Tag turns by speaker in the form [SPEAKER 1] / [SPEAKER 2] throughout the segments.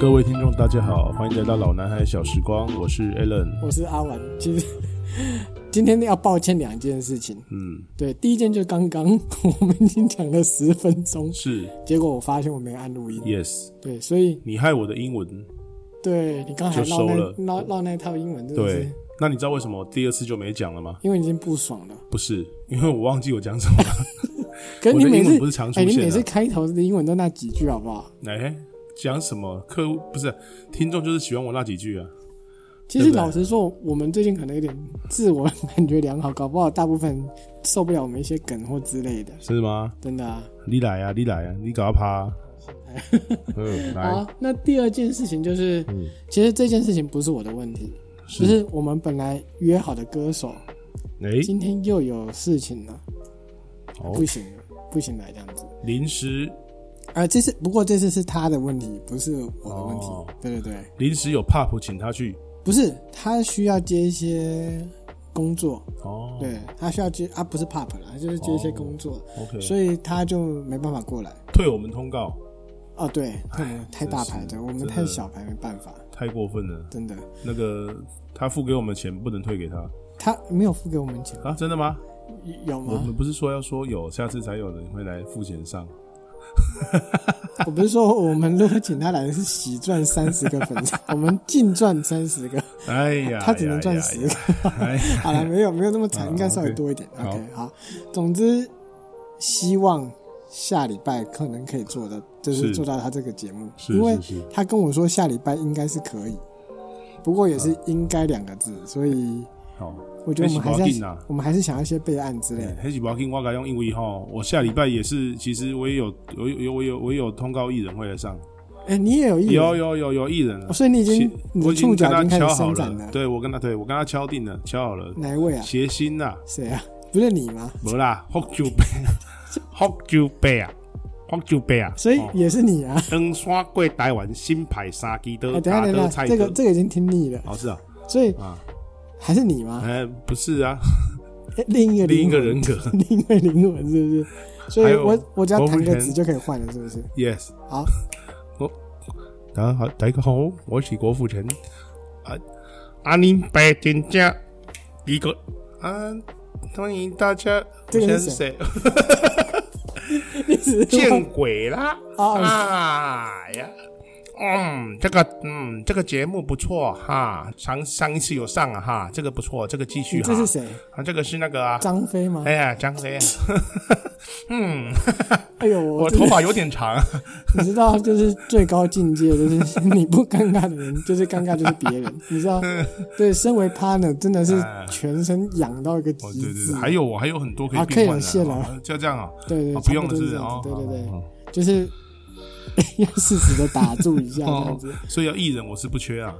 [SPEAKER 1] 各位听众，大家好，欢迎来到老男孩小时光，我是 Alan。
[SPEAKER 2] 我是阿文。其实 今天要抱歉两件事情，
[SPEAKER 1] 嗯，
[SPEAKER 2] 对，第一件就是刚刚我们已经讲了十分钟，
[SPEAKER 1] 是
[SPEAKER 2] 结果我发现我没按录音，
[SPEAKER 1] Yes，
[SPEAKER 2] 对，所以
[SPEAKER 1] 你害我的英文。
[SPEAKER 2] 对你刚才
[SPEAKER 1] 就
[SPEAKER 2] 唠
[SPEAKER 1] 收
[SPEAKER 2] 那
[SPEAKER 1] 了
[SPEAKER 2] 唠唠那套英文，真的
[SPEAKER 1] 对
[SPEAKER 2] 是，
[SPEAKER 1] 那你知道为什么我第二次就没讲了吗？
[SPEAKER 2] 因为已经不爽了。
[SPEAKER 1] 不是，因为我忘记我讲 什么了。
[SPEAKER 2] 可是
[SPEAKER 1] 我
[SPEAKER 2] 你
[SPEAKER 1] 的
[SPEAKER 2] 每
[SPEAKER 1] 英文
[SPEAKER 2] 次
[SPEAKER 1] 不是常出
[SPEAKER 2] 哎，你
[SPEAKER 1] 现啊
[SPEAKER 2] 每次
[SPEAKER 1] 的、
[SPEAKER 2] 开头的英文都那几句，好不好？
[SPEAKER 1] 哎，讲什么？客户不是听众，就是喜欢我那几句啊。
[SPEAKER 2] 其
[SPEAKER 1] 对
[SPEAKER 2] 实
[SPEAKER 1] 不对
[SPEAKER 2] 老实说，我们最近可能有点自我感觉良好，搞不好大部分受不了我们一些梗或之类的，
[SPEAKER 1] 是吗？
[SPEAKER 2] 真的啊。
[SPEAKER 1] 你来啊，你来啊，你搞趴、 啊。嗯，来，
[SPEAKER 2] 好，啊那第二件事情就是，
[SPEAKER 1] 嗯
[SPEAKER 2] 其实这件事情不是我的问题，
[SPEAKER 1] 是
[SPEAKER 2] 就是我们本来约好的歌手，
[SPEAKER 1] 哎、
[SPEAKER 2] 今天又有事情了，
[SPEAKER 1] 哦
[SPEAKER 2] 不行了，不行了，这样子。
[SPEAKER 1] 临时
[SPEAKER 2] 啊，这次不过这次是他的问题，不是我的问题。
[SPEAKER 1] 哦
[SPEAKER 2] 对对对，
[SPEAKER 1] 临时有 pub 请他去。
[SPEAKER 2] 不是他需要接一些工作，
[SPEAKER 1] 哦，
[SPEAKER 2] 对他需要接啊，不是 pop 啦，他就是接一些工作，
[SPEAKER 1] ，OK，
[SPEAKER 2] 所以他就没办法过来。
[SPEAKER 1] 退我们通告，
[SPEAKER 2] 哦，对，他们太大
[SPEAKER 1] 哎
[SPEAKER 2] 牌
[SPEAKER 1] 真
[SPEAKER 2] 的，
[SPEAKER 1] 是
[SPEAKER 2] 我们
[SPEAKER 1] 真的
[SPEAKER 2] 太小牌没办法，
[SPEAKER 1] 太过分了。
[SPEAKER 2] 真的。
[SPEAKER 1] 那个他付给我们钱不能退给他
[SPEAKER 2] 他没有付给我们钱，
[SPEAKER 1] 啊？真的吗？
[SPEAKER 2] 有
[SPEAKER 1] 我
[SPEAKER 2] 吗？
[SPEAKER 1] 们不是说要说有，下次才有人会来付钱上。
[SPEAKER 2] 我不是说我们如果请他来是喜赚三十个 粉丝，我们净赚三十个，
[SPEAKER 1] 哎呀，
[SPEAKER 2] 他只能赚十个。
[SPEAKER 1] 哎呀，
[SPEAKER 2] 好了，没有没有那么
[SPEAKER 1] 啊
[SPEAKER 2] 惨，应该稍微
[SPEAKER 1] OK
[SPEAKER 2] 多一点。
[SPEAKER 1] 好
[SPEAKER 2] OK，好，总之希望下礼拜可能可以做到，就是
[SPEAKER 1] 是
[SPEAKER 2] 做到他这个节目，
[SPEAKER 1] 是
[SPEAKER 2] 因为
[SPEAKER 1] 是是
[SPEAKER 2] 他跟我说下礼拜应该是可以，不过也是
[SPEAKER 1] 啊
[SPEAKER 2] “应该”两个字，所以
[SPEAKER 1] 好，
[SPEAKER 2] 我觉得我们还
[SPEAKER 1] 那
[SPEAKER 2] 是
[SPEAKER 1] 是不要紧
[SPEAKER 2] 要
[SPEAKER 1] 啊，哎
[SPEAKER 2] 我们还是想要一些备案之类的。
[SPEAKER 1] 黑起宝金我改用英语哈。我下礼拜也是，其实我也有，有有我有我有通告艺人会来上，
[SPEAKER 2] 哎，你也有意
[SPEAKER 1] 有
[SPEAKER 2] 见，
[SPEAKER 1] 有有有艺人了啊
[SPEAKER 2] 哦，所以你已经你
[SPEAKER 1] 我
[SPEAKER 2] 的
[SPEAKER 1] 已经
[SPEAKER 2] 触
[SPEAKER 1] 跟
[SPEAKER 2] 角
[SPEAKER 1] 他
[SPEAKER 2] 已经开
[SPEAKER 1] 敲
[SPEAKER 2] 始
[SPEAKER 1] 好
[SPEAKER 2] 伸展
[SPEAKER 1] 了，
[SPEAKER 2] 了，
[SPEAKER 1] 对我跟他对我跟他敲定了，敲好了，
[SPEAKER 2] 哪一位啊？
[SPEAKER 1] 谐星呐，
[SPEAKER 2] 谁啊？不是你吗？
[SPEAKER 1] 没啦，福州杯，福州杯啊，福州杯啊，
[SPEAKER 2] 所以
[SPEAKER 1] 哦
[SPEAKER 2] 也是你啊！
[SPEAKER 1] 登山过台湾新牌三基
[SPEAKER 2] 哎、
[SPEAKER 1] 的
[SPEAKER 2] 等一下
[SPEAKER 1] 打
[SPEAKER 2] 等
[SPEAKER 1] 的
[SPEAKER 2] 一下，
[SPEAKER 1] 菜
[SPEAKER 2] 这个
[SPEAKER 1] 刀
[SPEAKER 2] 这个已经听腻了，
[SPEAKER 1] 哦是啊
[SPEAKER 2] 所以
[SPEAKER 1] 啊，
[SPEAKER 2] 还是你吗？
[SPEAKER 1] 哎不是啊，
[SPEAKER 2] 哎另一个
[SPEAKER 1] 另一
[SPEAKER 2] 灵
[SPEAKER 1] 个
[SPEAKER 2] 魂，
[SPEAKER 1] 人格
[SPEAKER 2] 另一个灵魂是不是？所
[SPEAKER 1] 还
[SPEAKER 2] 以
[SPEAKER 1] 有
[SPEAKER 2] 我我只要
[SPEAKER 1] 我
[SPEAKER 2] 弹
[SPEAKER 1] 目
[SPEAKER 2] 个
[SPEAKER 1] 前
[SPEAKER 2] 指就可以换了，是不是？
[SPEAKER 1] ，yes，
[SPEAKER 2] 好，
[SPEAKER 1] 大家好，大家好，我是郭富城，啊啊你白天家一个啊，欢迎大家，
[SPEAKER 2] 这
[SPEAKER 1] 我
[SPEAKER 2] 个
[SPEAKER 1] 现在
[SPEAKER 2] 是
[SPEAKER 1] 是谁？
[SPEAKER 2] 你只是
[SPEAKER 1] 见
[SPEAKER 2] 忘
[SPEAKER 1] 鬼啦！
[SPEAKER 2] 哦
[SPEAKER 1] 啊呀！嗯，这个嗯，这个节目不错哈，上上一次有上啊哈，这个不错，这个继续
[SPEAKER 2] 你
[SPEAKER 1] 哈
[SPEAKER 2] 嗯这是谁？
[SPEAKER 1] 啊，这个是那个啊，
[SPEAKER 2] 张飞吗
[SPEAKER 1] 哎？呀，张飞啊，嗯，
[SPEAKER 2] 哎呦，
[SPEAKER 1] 我
[SPEAKER 2] 我真
[SPEAKER 1] 头
[SPEAKER 2] 的
[SPEAKER 1] 发有点长，
[SPEAKER 2] 你知道，就是最高境界，就是你不尴尬的人， 就是尴尬就是 别人，你知道？对，身为 partner 真的是
[SPEAKER 1] 哎
[SPEAKER 2] 全身痒到一个
[SPEAKER 1] 哦，
[SPEAKER 2] 极
[SPEAKER 1] 对对
[SPEAKER 2] 致
[SPEAKER 1] 对，，还有我还有很多可
[SPEAKER 2] 啊
[SPEAKER 1] 以
[SPEAKER 2] 可以
[SPEAKER 1] 变换
[SPEAKER 2] 了谢
[SPEAKER 1] 的
[SPEAKER 2] 了
[SPEAKER 1] 啊，就这样啊，
[SPEAKER 2] 对对，
[SPEAKER 1] 哦
[SPEAKER 2] 对
[SPEAKER 1] 不
[SPEAKER 2] 差
[SPEAKER 1] 用
[SPEAKER 2] 不
[SPEAKER 1] 了
[SPEAKER 2] 多
[SPEAKER 1] 是不
[SPEAKER 2] 是这
[SPEAKER 1] 是？
[SPEAKER 2] 样
[SPEAKER 1] 哦，
[SPEAKER 2] 子，对对对，
[SPEAKER 1] 哦，
[SPEAKER 2] 就是 要适时的打住一下这
[SPEAKER 1] 哦
[SPEAKER 2] 样子。
[SPEAKER 1] 所以要艺人我是不缺啊，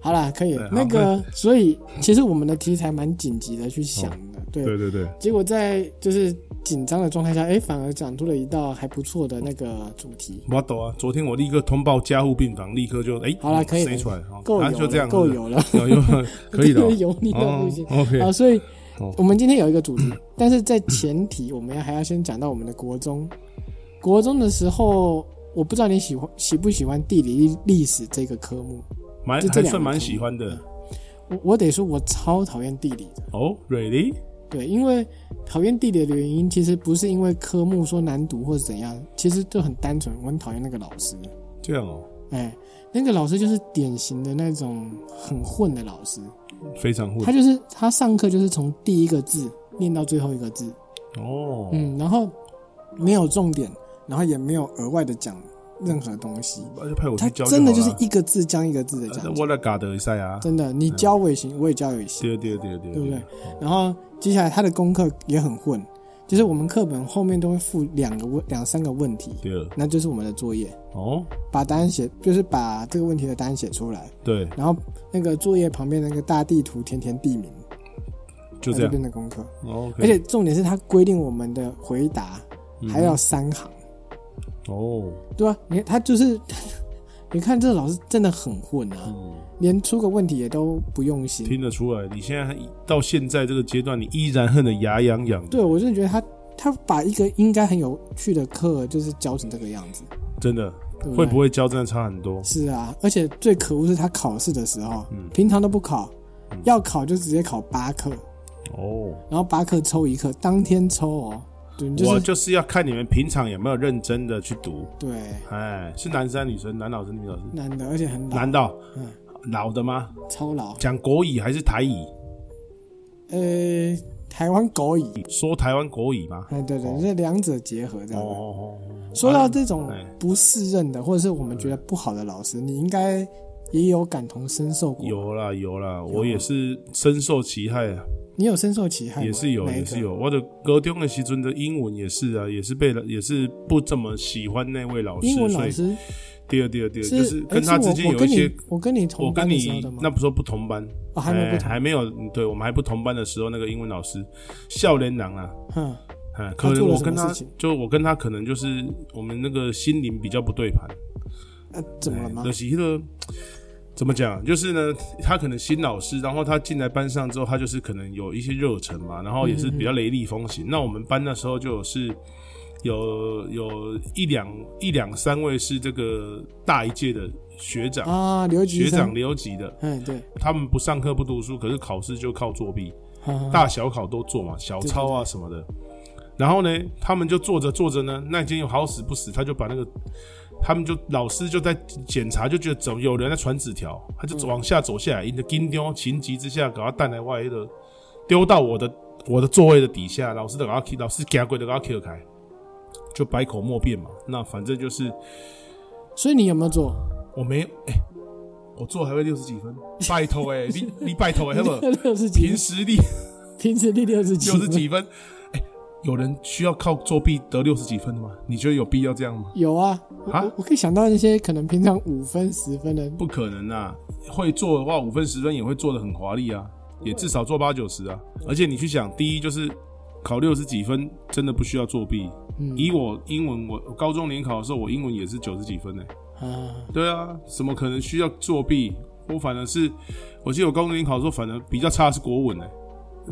[SPEAKER 2] 好啦，可以
[SPEAKER 1] 对。
[SPEAKER 2] 那
[SPEAKER 1] 好
[SPEAKER 2] 个，所以其实我们的题材蛮紧急的去想的，对。
[SPEAKER 1] 哦对对，
[SPEAKER 2] 结果在就是紧张的状态下，哎，反而讲出了一道还不错的那个主题。
[SPEAKER 1] 我懂啊，昨天我立刻通报加护病房，立刻就哎，
[SPEAKER 2] 好啦可以了
[SPEAKER 1] 塞出来，哦
[SPEAKER 2] 够
[SPEAKER 1] 啊
[SPEAKER 2] 有
[SPEAKER 1] 就这
[SPEAKER 2] 了，
[SPEAKER 1] 样，
[SPEAKER 2] 够
[SPEAKER 1] 是
[SPEAKER 2] 有了，
[SPEAKER 1] 不是，有有可 以的哦，
[SPEAKER 2] 油腻到不行。
[SPEAKER 1] 哦，OK，
[SPEAKER 2] 啊，所以
[SPEAKER 1] 哦
[SPEAKER 2] 我们今天有一个主题，但是在前提，我们要还要先讲到我们的国中。国中的时候，我不知道你喜欢喜不喜欢地理历史这个科目。
[SPEAKER 1] 蛮
[SPEAKER 2] 就这
[SPEAKER 1] 还
[SPEAKER 2] 两
[SPEAKER 1] 算
[SPEAKER 2] 个
[SPEAKER 1] 蛮
[SPEAKER 2] 可
[SPEAKER 1] 喜
[SPEAKER 2] 以
[SPEAKER 1] 欢的
[SPEAKER 2] 我我得说，我超讨厌地理的。
[SPEAKER 1] 哦，Really？
[SPEAKER 2] 对，因为讨厌地理的原因，其实不是因为科目说难读或者怎样，其实就很单纯，我很讨厌那个老师。
[SPEAKER 1] 这样哦，
[SPEAKER 2] 哎，那个老师就是典型的那种很混的老师，
[SPEAKER 1] 非常
[SPEAKER 2] 他
[SPEAKER 1] 会
[SPEAKER 2] 就是他上课就是从第一个字念到最后一个字，
[SPEAKER 1] 哦，
[SPEAKER 2] 嗯，然后没有重点，然后也没有额外的讲任何东西，
[SPEAKER 1] 那就派我
[SPEAKER 2] 他
[SPEAKER 1] 去教
[SPEAKER 2] 真的
[SPEAKER 1] 好
[SPEAKER 2] 就是
[SPEAKER 1] 啦
[SPEAKER 2] 一个字将一个字的
[SPEAKER 1] 啊
[SPEAKER 2] 讲，
[SPEAKER 1] 我来嘎的一下啊，
[SPEAKER 2] 真的，你教我也行，我也教也行。
[SPEAKER 1] 对对对对
[SPEAKER 2] 对不对？
[SPEAKER 1] 嗯
[SPEAKER 2] 然后接下来他的功课也很混，就是我们课本后面都会附两个问两三个问题，
[SPEAKER 1] 对
[SPEAKER 2] 那就是我们的作业，
[SPEAKER 1] 哦，
[SPEAKER 2] 把答案写，就是把这个问题的答案写出来，
[SPEAKER 1] 对，
[SPEAKER 2] 然后那个作业旁边那个大地图填填地名，
[SPEAKER 1] 就这
[SPEAKER 2] 那就
[SPEAKER 1] 样
[SPEAKER 2] 变成功课。
[SPEAKER 1] 哦，OK，
[SPEAKER 2] 而且重点是他规定我们的回答
[SPEAKER 1] 嗯
[SPEAKER 2] 还要三行，
[SPEAKER 1] 哦，
[SPEAKER 2] 对吧、你看他就是， 你看这老师真的很混啊，
[SPEAKER 1] 嗯，
[SPEAKER 2] 连出个问题也都不用心。
[SPEAKER 1] 听得出来，你现在到现在这个阶段，你依然恨得牙痒痒的，
[SPEAKER 2] 对，我真的觉得他他把一个应该很有趣的课，就是教成这个样子。
[SPEAKER 1] 真的
[SPEAKER 2] 对不对？
[SPEAKER 1] 会不会教真的差很多。
[SPEAKER 2] 是啊，而且最可恶是他考试的时候，
[SPEAKER 1] 嗯
[SPEAKER 2] 平常都不考，要考就直接考八科，
[SPEAKER 1] 哦，
[SPEAKER 2] 然后八科抽一科，当天抽哦。对，你就
[SPEAKER 1] 我
[SPEAKER 2] 是
[SPEAKER 1] 就是要看你们平常有没有认真的去读。
[SPEAKER 2] 对
[SPEAKER 1] 哎，是男生还是女生？男老师、女老师？
[SPEAKER 2] 男的，而且很老，
[SPEAKER 1] 男的哦
[SPEAKER 2] 嗯，
[SPEAKER 1] 老的吗？
[SPEAKER 2] 超老。
[SPEAKER 1] 讲国语还是台语？
[SPEAKER 2] 呃，台湾狗语，
[SPEAKER 1] 说台湾国语吗？
[SPEAKER 2] 哎，对对，这两者结合这
[SPEAKER 1] 哦
[SPEAKER 2] 样
[SPEAKER 1] 哦
[SPEAKER 2] 子。
[SPEAKER 1] 哦哦，
[SPEAKER 2] 说到这种
[SPEAKER 1] 哎
[SPEAKER 2] 不适任的，或者是我们觉得不好的老师，你应该也有感同身受过。
[SPEAKER 1] 有啦有
[SPEAKER 2] 啊
[SPEAKER 1] 啦，我也是深受其害啊，
[SPEAKER 2] 你有深受其害吗？
[SPEAKER 1] 也是有
[SPEAKER 2] 哪一
[SPEAKER 1] 也
[SPEAKER 2] 个
[SPEAKER 1] 是。有。我的高中的时阵的英文也是啊，也是被也是不怎么喜欢那位老师，
[SPEAKER 2] 英文
[SPEAKER 1] 所
[SPEAKER 2] 老
[SPEAKER 1] 以
[SPEAKER 2] 师
[SPEAKER 1] 第二第二第二
[SPEAKER 2] 是
[SPEAKER 1] 就是
[SPEAKER 2] 哎
[SPEAKER 1] 跟他
[SPEAKER 2] 是
[SPEAKER 1] 之
[SPEAKER 2] 我
[SPEAKER 1] 间
[SPEAKER 2] 我
[SPEAKER 1] 有一
[SPEAKER 2] 跟
[SPEAKER 1] 些
[SPEAKER 2] 你我跟你
[SPEAKER 1] 我
[SPEAKER 2] 同班
[SPEAKER 1] 跟
[SPEAKER 2] 的时候
[SPEAKER 1] 你
[SPEAKER 2] 的吗？
[SPEAKER 1] 那不说不同班，
[SPEAKER 2] 哦，还没
[SPEAKER 1] 哎
[SPEAKER 2] 不同。
[SPEAKER 1] 还没有，嗯对我们还不同班的时候，那个英文老师笑脸郎啊，
[SPEAKER 2] 哼，
[SPEAKER 1] 哎，
[SPEAKER 2] 他
[SPEAKER 1] 可能
[SPEAKER 2] 做了
[SPEAKER 1] 我
[SPEAKER 2] 什
[SPEAKER 1] 跟
[SPEAKER 2] 么
[SPEAKER 1] 他
[SPEAKER 2] 事情
[SPEAKER 1] 就我跟他可能就是我们那个心灵比较不对盘，哎
[SPEAKER 2] 呃，怎么了吗
[SPEAKER 1] 可？惜的。怎么讲？就是呢，他可能新老师，然后他进来班上之后，他就是可能有一些热忱嘛，然后
[SPEAKER 2] 嗯
[SPEAKER 1] 也是比较雷厉风行。那我们班那时候就是有有一两一两三位是这个大一届的学长、
[SPEAKER 2] 啊，留级
[SPEAKER 1] 学
[SPEAKER 2] 生
[SPEAKER 1] 长，留级的，
[SPEAKER 2] 嗯，对，
[SPEAKER 1] 他们不上课不读书，可是考试就靠作弊，
[SPEAKER 2] 哈哈
[SPEAKER 1] 大小考都做嘛，小抄啊什么的。然后呢，他们就做着做着呢，那已经有好死不死，他就把那个，他们就老师就在检查，就觉得怎么有人在传纸条，他就往下走下来，因着金丢情急之下，搞他带来外的丢到我的我的座位的底下，老师的给他老师给鬼的给他 Q 开，就百口莫辩嘛。那反正就是
[SPEAKER 2] 所以你有没有做？
[SPEAKER 1] 我没有，哎、我做还会六十几分，拜托哎、你你拜托哎、欸，好不好
[SPEAKER 2] 六十几
[SPEAKER 1] 凭，实力
[SPEAKER 2] 平时第六十几，
[SPEAKER 1] 六十几分。哎、有人需要靠作弊得六十几分的吗？你觉得有必要这样吗？
[SPEAKER 2] 有啊，我
[SPEAKER 1] 啊
[SPEAKER 2] 我我可以想到那些可能平常五分十分的，
[SPEAKER 1] 不可能啊！会做的话，五分十分也会做的很华丽啊，也至少做八九十啊。而且你去想，第一就是考六十几分，真的不需要作弊。
[SPEAKER 2] 嗯
[SPEAKER 1] 以我英文，我我高中联考的时候，我英文也是九十几分呢、欸
[SPEAKER 2] 啊，
[SPEAKER 1] 对啊，怎么可能需要作弊？我反而是，我记得我高中联考的时候，反而比较差的是国文呢、欸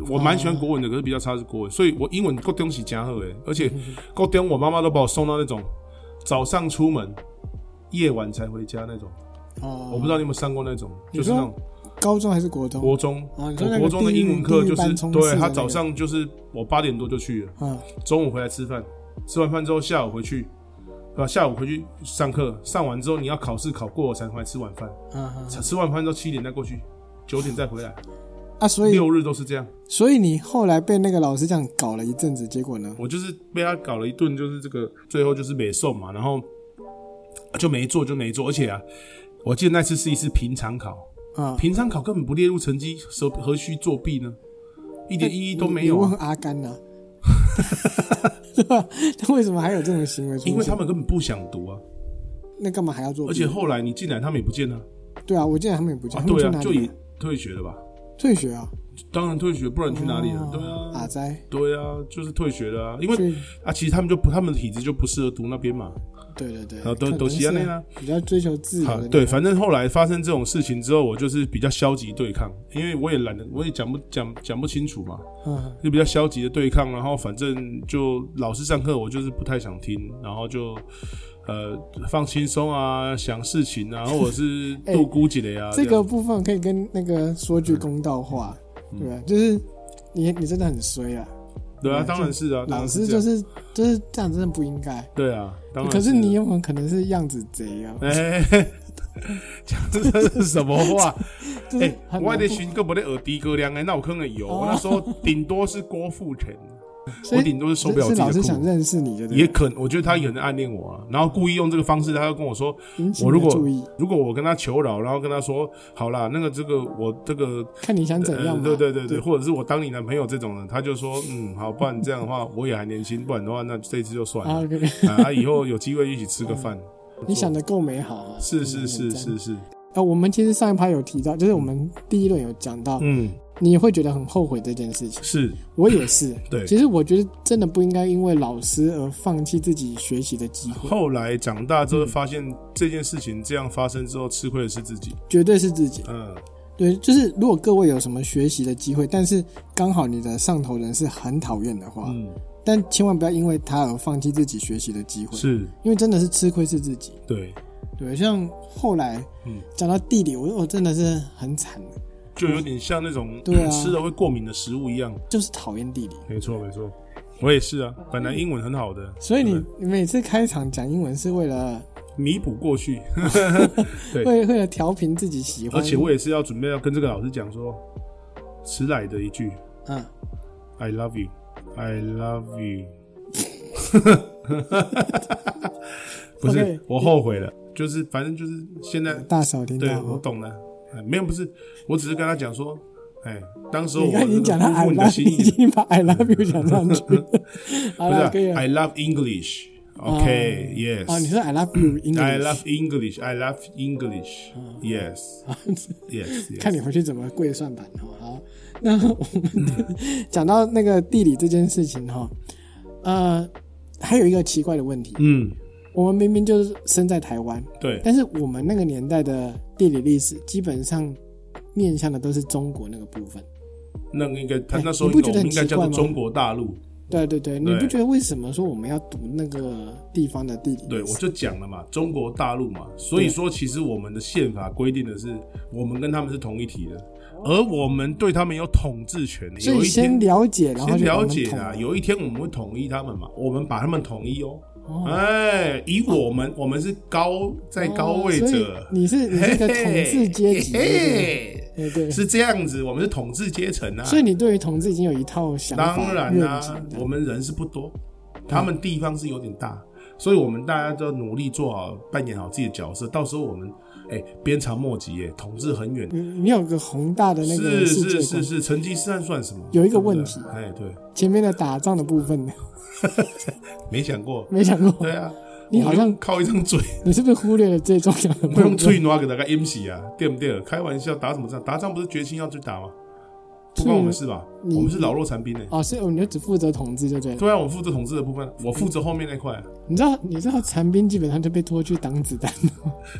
[SPEAKER 1] 我蛮喜欢国文的，可是比较差的是
[SPEAKER 2] 哦
[SPEAKER 1] 国文，所以我英文够东西加好诶，而且够丢我妈妈都把我送到那种早上出门，夜晚才回家那种。
[SPEAKER 2] 哦，
[SPEAKER 1] 我不知道你有没有上过那种，
[SPEAKER 2] 你
[SPEAKER 1] 就是
[SPEAKER 2] 说
[SPEAKER 1] 那种
[SPEAKER 2] 高中还是国中，
[SPEAKER 1] 国中，
[SPEAKER 2] 哦你说那
[SPEAKER 1] 我
[SPEAKER 2] 个
[SPEAKER 1] 国中的英文课就
[SPEAKER 2] 地狱地狱
[SPEAKER 1] 是
[SPEAKER 2] 班冲刺的
[SPEAKER 1] 对
[SPEAKER 2] 那
[SPEAKER 1] 他
[SPEAKER 2] 个
[SPEAKER 1] 早上就是我八点多就去了，
[SPEAKER 2] 嗯，
[SPEAKER 1] 中午回来吃饭，吃完饭之后下午回去，啊下午回去上课，上完之后你要考试考过我才回来吃晚饭。
[SPEAKER 2] 啊啊
[SPEAKER 1] 才吃完饭到七点再过去，九点再回来，
[SPEAKER 2] 啊，所以
[SPEAKER 1] 六日都是这样。
[SPEAKER 2] 所以你后来被那个老师这样搞了一阵子，结果呢？
[SPEAKER 1] 我就是被他搞了一顿，就是这个最后就是没送嘛，然后就没做就没做，而且啊，我记得那次是一次平常考，
[SPEAKER 2] 啊，
[SPEAKER 1] 平常考根本不列入成绩，何何须作弊呢？一点意义都没有
[SPEAKER 2] 你
[SPEAKER 1] 啊、
[SPEAKER 2] 问阿甘呐、 对吧？那为什么还有这种行为出现？
[SPEAKER 1] 因为他们根本不想读啊，
[SPEAKER 2] 那干嘛还要做弊？
[SPEAKER 1] 而且后来你进来他们也不见了
[SPEAKER 2] 对啊，我记得他们也不讲，
[SPEAKER 1] 啊，
[SPEAKER 2] 他们
[SPEAKER 1] 对
[SPEAKER 2] 去
[SPEAKER 1] 啊，
[SPEAKER 2] 哪
[SPEAKER 1] 就
[SPEAKER 2] 里
[SPEAKER 1] 也退学了吧？
[SPEAKER 2] 退学啊？
[SPEAKER 1] 当然退学，不然去哪里了？对
[SPEAKER 2] 哦
[SPEAKER 1] 啊，
[SPEAKER 2] 阿斋，
[SPEAKER 1] 对啊，就是退学了啊，因
[SPEAKER 2] 所
[SPEAKER 1] 为
[SPEAKER 2] 以
[SPEAKER 1] 啊，其实他们就不，他们的体质就不适合读那边嘛。
[SPEAKER 2] 对对对，
[SPEAKER 1] 啊都
[SPEAKER 2] 可能
[SPEAKER 1] 都是这样
[SPEAKER 2] 是
[SPEAKER 1] 啊
[SPEAKER 2] 比较追求自由
[SPEAKER 1] 好
[SPEAKER 2] 的，
[SPEAKER 1] 对，反正后来发生这种事情之后，我就是比较消极对抗，因为我也懒得，我也讲不讲讲不清楚嘛，
[SPEAKER 2] 嗯，
[SPEAKER 1] 就比较消极的对抗。然后反正就老师上课，我就是不太想听，然后就呃放轻松啊，想事情 啊，或者是
[SPEAKER 2] 哎
[SPEAKER 1] 度孤几类啊。
[SPEAKER 2] 这
[SPEAKER 1] 样
[SPEAKER 2] 个部分可以跟那个说句公道话，
[SPEAKER 1] 嗯
[SPEAKER 2] 对吧？就是你你真的很衰啊，
[SPEAKER 1] 对啊，
[SPEAKER 2] 嗯
[SPEAKER 1] 当然是啊，当
[SPEAKER 2] 老
[SPEAKER 1] 然
[SPEAKER 2] 师
[SPEAKER 1] 这
[SPEAKER 2] 就
[SPEAKER 1] 样
[SPEAKER 2] 是就是这样，真的不应该。
[SPEAKER 1] 对啊，当然。
[SPEAKER 2] 可是你有没有可能是样子贼啊？
[SPEAKER 1] 哎， 讲这是什么话？
[SPEAKER 2] 就是
[SPEAKER 1] 哎，
[SPEAKER 2] 很
[SPEAKER 1] 我
[SPEAKER 2] 难
[SPEAKER 1] 的
[SPEAKER 2] 不
[SPEAKER 1] 寻个不得耳低歌量哎，那我可能有，
[SPEAKER 2] 哦
[SPEAKER 1] 我那时候顶多是郭富城。
[SPEAKER 2] 所
[SPEAKER 1] 我
[SPEAKER 2] 以
[SPEAKER 1] 顶多是受不了自
[SPEAKER 2] 是
[SPEAKER 1] 己的
[SPEAKER 2] 老
[SPEAKER 1] 酷。
[SPEAKER 2] 师想认识你，就对了
[SPEAKER 1] 也可能，我觉得他也可能暗恋我啊，然后故意用这个方式，他就跟我说，
[SPEAKER 2] 引起
[SPEAKER 1] 我
[SPEAKER 2] 你
[SPEAKER 1] 如
[SPEAKER 2] 的
[SPEAKER 1] 果
[SPEAKER 2] 注意，
[SPEAKER 1] 如果我跟他求饶，然后跟他说，好啦，那个这个我这个，
[SPEAKER 2] 看你想怎样
[SPEAKER 1] 呃，
[SPEAKER 2] 嘛。
[SPEAKER 1] 对对对对，或者是我当你男朋友这种的，他就说，嗯，好，不然这样的话，我也还年轻，不然的话，那这次就算
[SPEAKER 2] 啊
[SPEAKER 1] 了，
[SPEAKER 2] ，OK，
[SPEAKER 1] 啊，以后有机会一起吃个饭，
[SPEAKER 2] 你想的够美好啊！
[SPEAKER 1] 是是是
[SPEAKER 2] 嗯。这样
[SPEAKER 1] 是是，
[SPEAKER 2] 呃，我们其实上一趴有提到，就是我们第一轮有讲到，
[SPEAKER 1] 嗯，
[SPEAKER 2] 你会觉得很后悔这件事情。
[SPEAKER 1] 是
[SPEAKER 2] 我也是，
[SPEAKER 1] 对。
[SPEAKER 2] 其实我觉得真的不应该因为老师而放弃自己学习的机会，
[SPEAKER 1] 后来长大
[SPEAKER 2] 嗯
[SPEAKER 1] 之后发现这件事情这样发生之后，吃亏的是自己，
[SPEAKER 2] 绝对是自己。
[SPEAKER 1] 嗯，
[SPEAKER 2] 对，就是如果各位有什么学习的机会，但是刚好你的上头人是很讨厌的话，
[SPEAKER 1] 嗯
[SPEAKER 2] 但千万不要因为他而放弃自己学习的机会，
[SPEAKER 1] 是
[SPEAKER 2] 因为真的是吃亏是自己。
[SPEAKER 1] 对，
[SPEAKER 2] 对，像后来
[SPEAKER 1] 嗯
[SPEAKER 2] 讲到地理，我我真的是很惨，
[SPEAKER 1] 就有点像那种、
[SPEAKER 2] 对啊
[SPEAKER 1] 吃了会过敏的食物一样。
[SPEAKER 2] 就是讨厌地理。
[SPEAKER 1] 没错，没错，我也是啊，本来英文很好的，
[SPEAKER 2] 所以你
[SPEAKER 1] 对
[SPEAKER 2] 你每次开场讲英文是为了
[SPEAKER 1] 弥补过去，
[SPEAKER 2] 嗯
[SPEAKER 1] 对
[SPEAKER 2] 为为了调频自己喜欢，
[SPEAKER 1] 而且我也是要准备要跟这个老师讲说，迟来的一句
[SPEAKER 2] 嗯，
[SPEAKER 1] “I love you, I love you”，不是
[SPEAKER 2] OK 嗯
[SPEAKER 1] 我后悔了，就是反正就是现在
[SPEAKER 2] 大嫂听
[SPEAKER 1] 对
[SPEAKER 2] 到
[SPEAKER 1] 我
[SPEAKER 2] 吗？
[SPEAKER 1] 懂了，哎没有不是，我只是跟他讲说，哎，当时候
[SPEAKER 2] 你
[SPEAKER 1] 我
[SPEAKER 2] 看你讲到
[SPEAKER 1] 那
[SPEAKER 2] I
[SPEAKER 1] 个辜负你的
[SPEAKER 2] love，
[SPEAKER 1] 心
[SPEAKER 2] 你已
[SPEAKER 1] 意，
[SPEAKER 2] 经把 I love you 讲上 去了，好
[SPEAKER 1] 不是
[SPEAKER 2] 了，
[SPEAKER 1] 啊
[SPEAKER 2] 可以了。
[SPEAKER 1] I love English，OK，yes，
[SPEAKER 2] 哦，你说 I love you English，啊
[SPEAKER 1] I love English. I love English. Yes. Yes.
[SPEAKER 2] 看
[SPEAKER 1] yes.
[SPEAKER 2] 你回去怎么跪算盘哦。好，那我们
[SPEAKER 1] 嗯
[SPEAKER 2] 讲到那个地理这件事情哈，呃，还有一个奇怪的问题，
[SPEAKER 1] 嗯，
[SPEAKER 2] 我们明明就是生在台湾，
[SPEAKER 1] 对，
[SPEAKER 2] 但是我们那个年代的地理历史基本上面向的都是中国那个部分。
[SPEAKER 1] 那个应该他
[SPEAKER 2] 哎
[SPEAKER 1] 那时候
[SPEAKER 2] 你不
[SPEAKER 1] 应该我
[SPEAKER 2] 觉得
[SPEAKER 1] 们
[SPEAKER 2] 很
[SPEAKER 1] 应该叫
[SPEAKER 2] 奇怪
[SPEAKER 1] 做
[SPEAKER 2] 吗
[SPEAKER 1] 中国大陆。
[SPEAKER 2] 对对对，你
[SPEAKER 1] 对
[SPEAKER 2] 不觉得为什么说我们要读那个地方的地理？
[SPEAKER 1] 对，我就讲了嘛，中国大陆嘛。所以说，其实我们的宪法规定的是，我们跟他们是同一体的，而我们对他们有统治权。
[SPEAKER 2] 所
[SPEAKER 1] 有
[SPEAKER 2] 以
[SPEAKER 1] 一
[SPEAKER 2] 先
[SPEAKER 1] 天，
[SPEAKER 2] 了解，然后
[SPEAKER 1] 先
[SPEAKER 2] 就把
[SPEAKER 1] 了
[SPEAKER 2] 我们
[SPEAKER 1] 解
[SPEAKER 2] 统
[SPEAKER 1] 啊，
[SPEAKER 2] 了
[SPEAKER 1] 有一天我们会统一他们嘛，我们把他们统一哦。哎，以我们，我们是高在高位
[SPEAKER 2] 哦所以
[SPEAKER 1] 者，
[SPEAKER 2] 你是你是一个统治阶级，
[SPEAKER 1] 嘿嘿
[SPEAKER 2] 对不对哎对对。
[SPEAKER 1] 是这样子，我们是统治阶层啊。
[SPEAKER 2] 所以你对于统治已经有一套想法
[SPEAKER 1] 当然
[SPEAKER 2] 愿
[SPEAKER 1] 啦、
[SPEAKER 2] 景的嗯
[SPEAKER 1] 我们人是不多，他们地方是有点大，所以我们大家都要努力做好，扮演好自己的角色。到时候我们，哎、鞭长莫及耶，统治很远。
[SPEAKER 2] 你你有个宏大的那
[SPEAKER 1] 是
[SPEAKER 2] 个世界
[SPEAKER 1] 是是
[SPEAKER 2] 观。
[SPEAKER 1] 是，成吉思汗算什么？
[SPEAKER 2] 有一
[SPEAKER 1] 对
[SPEAKER 2] 个
[SPEAKER 1] 不对
[SPEAKER 2] 问题
[SPEAKER 1] 哎，对，
[SPEAKER 2] 前面的打仗的部分呢，
[SPEAKER 1] 没想过，
[SPEAKER 2] 没想过，
[SPEAKER 1] 对啊，
[SPEAKER 2] 嗯你好像
[SPEAKER 1] 我
[SPEAKER 2] 嗯
[SPEAKER 1] 们就靠一张嘴，
[SPEAKER 2] 你是不是忽略了最重要的部
[SPEAKER 1] 不用
[SPEAKER 2] 分？
[SPEAKER 1] 吹拿给大家阴死啊，对不对？开玩笑，打什么仗？打仗不是决心要去打吗？不关我们事吧？
[SPEAKER 2] 你
[SPEAKER 1] 我们是老弱残兵呢。
[SPEAKER 2] 哦，所以我们就只负责统治就对了。
[SPEAKER 1] 对啊，我负责统治的部分，我负责后面那块啊，
[SPEAKER 2] 你知道，你知道残兵基本上就被拖去挡子弹了，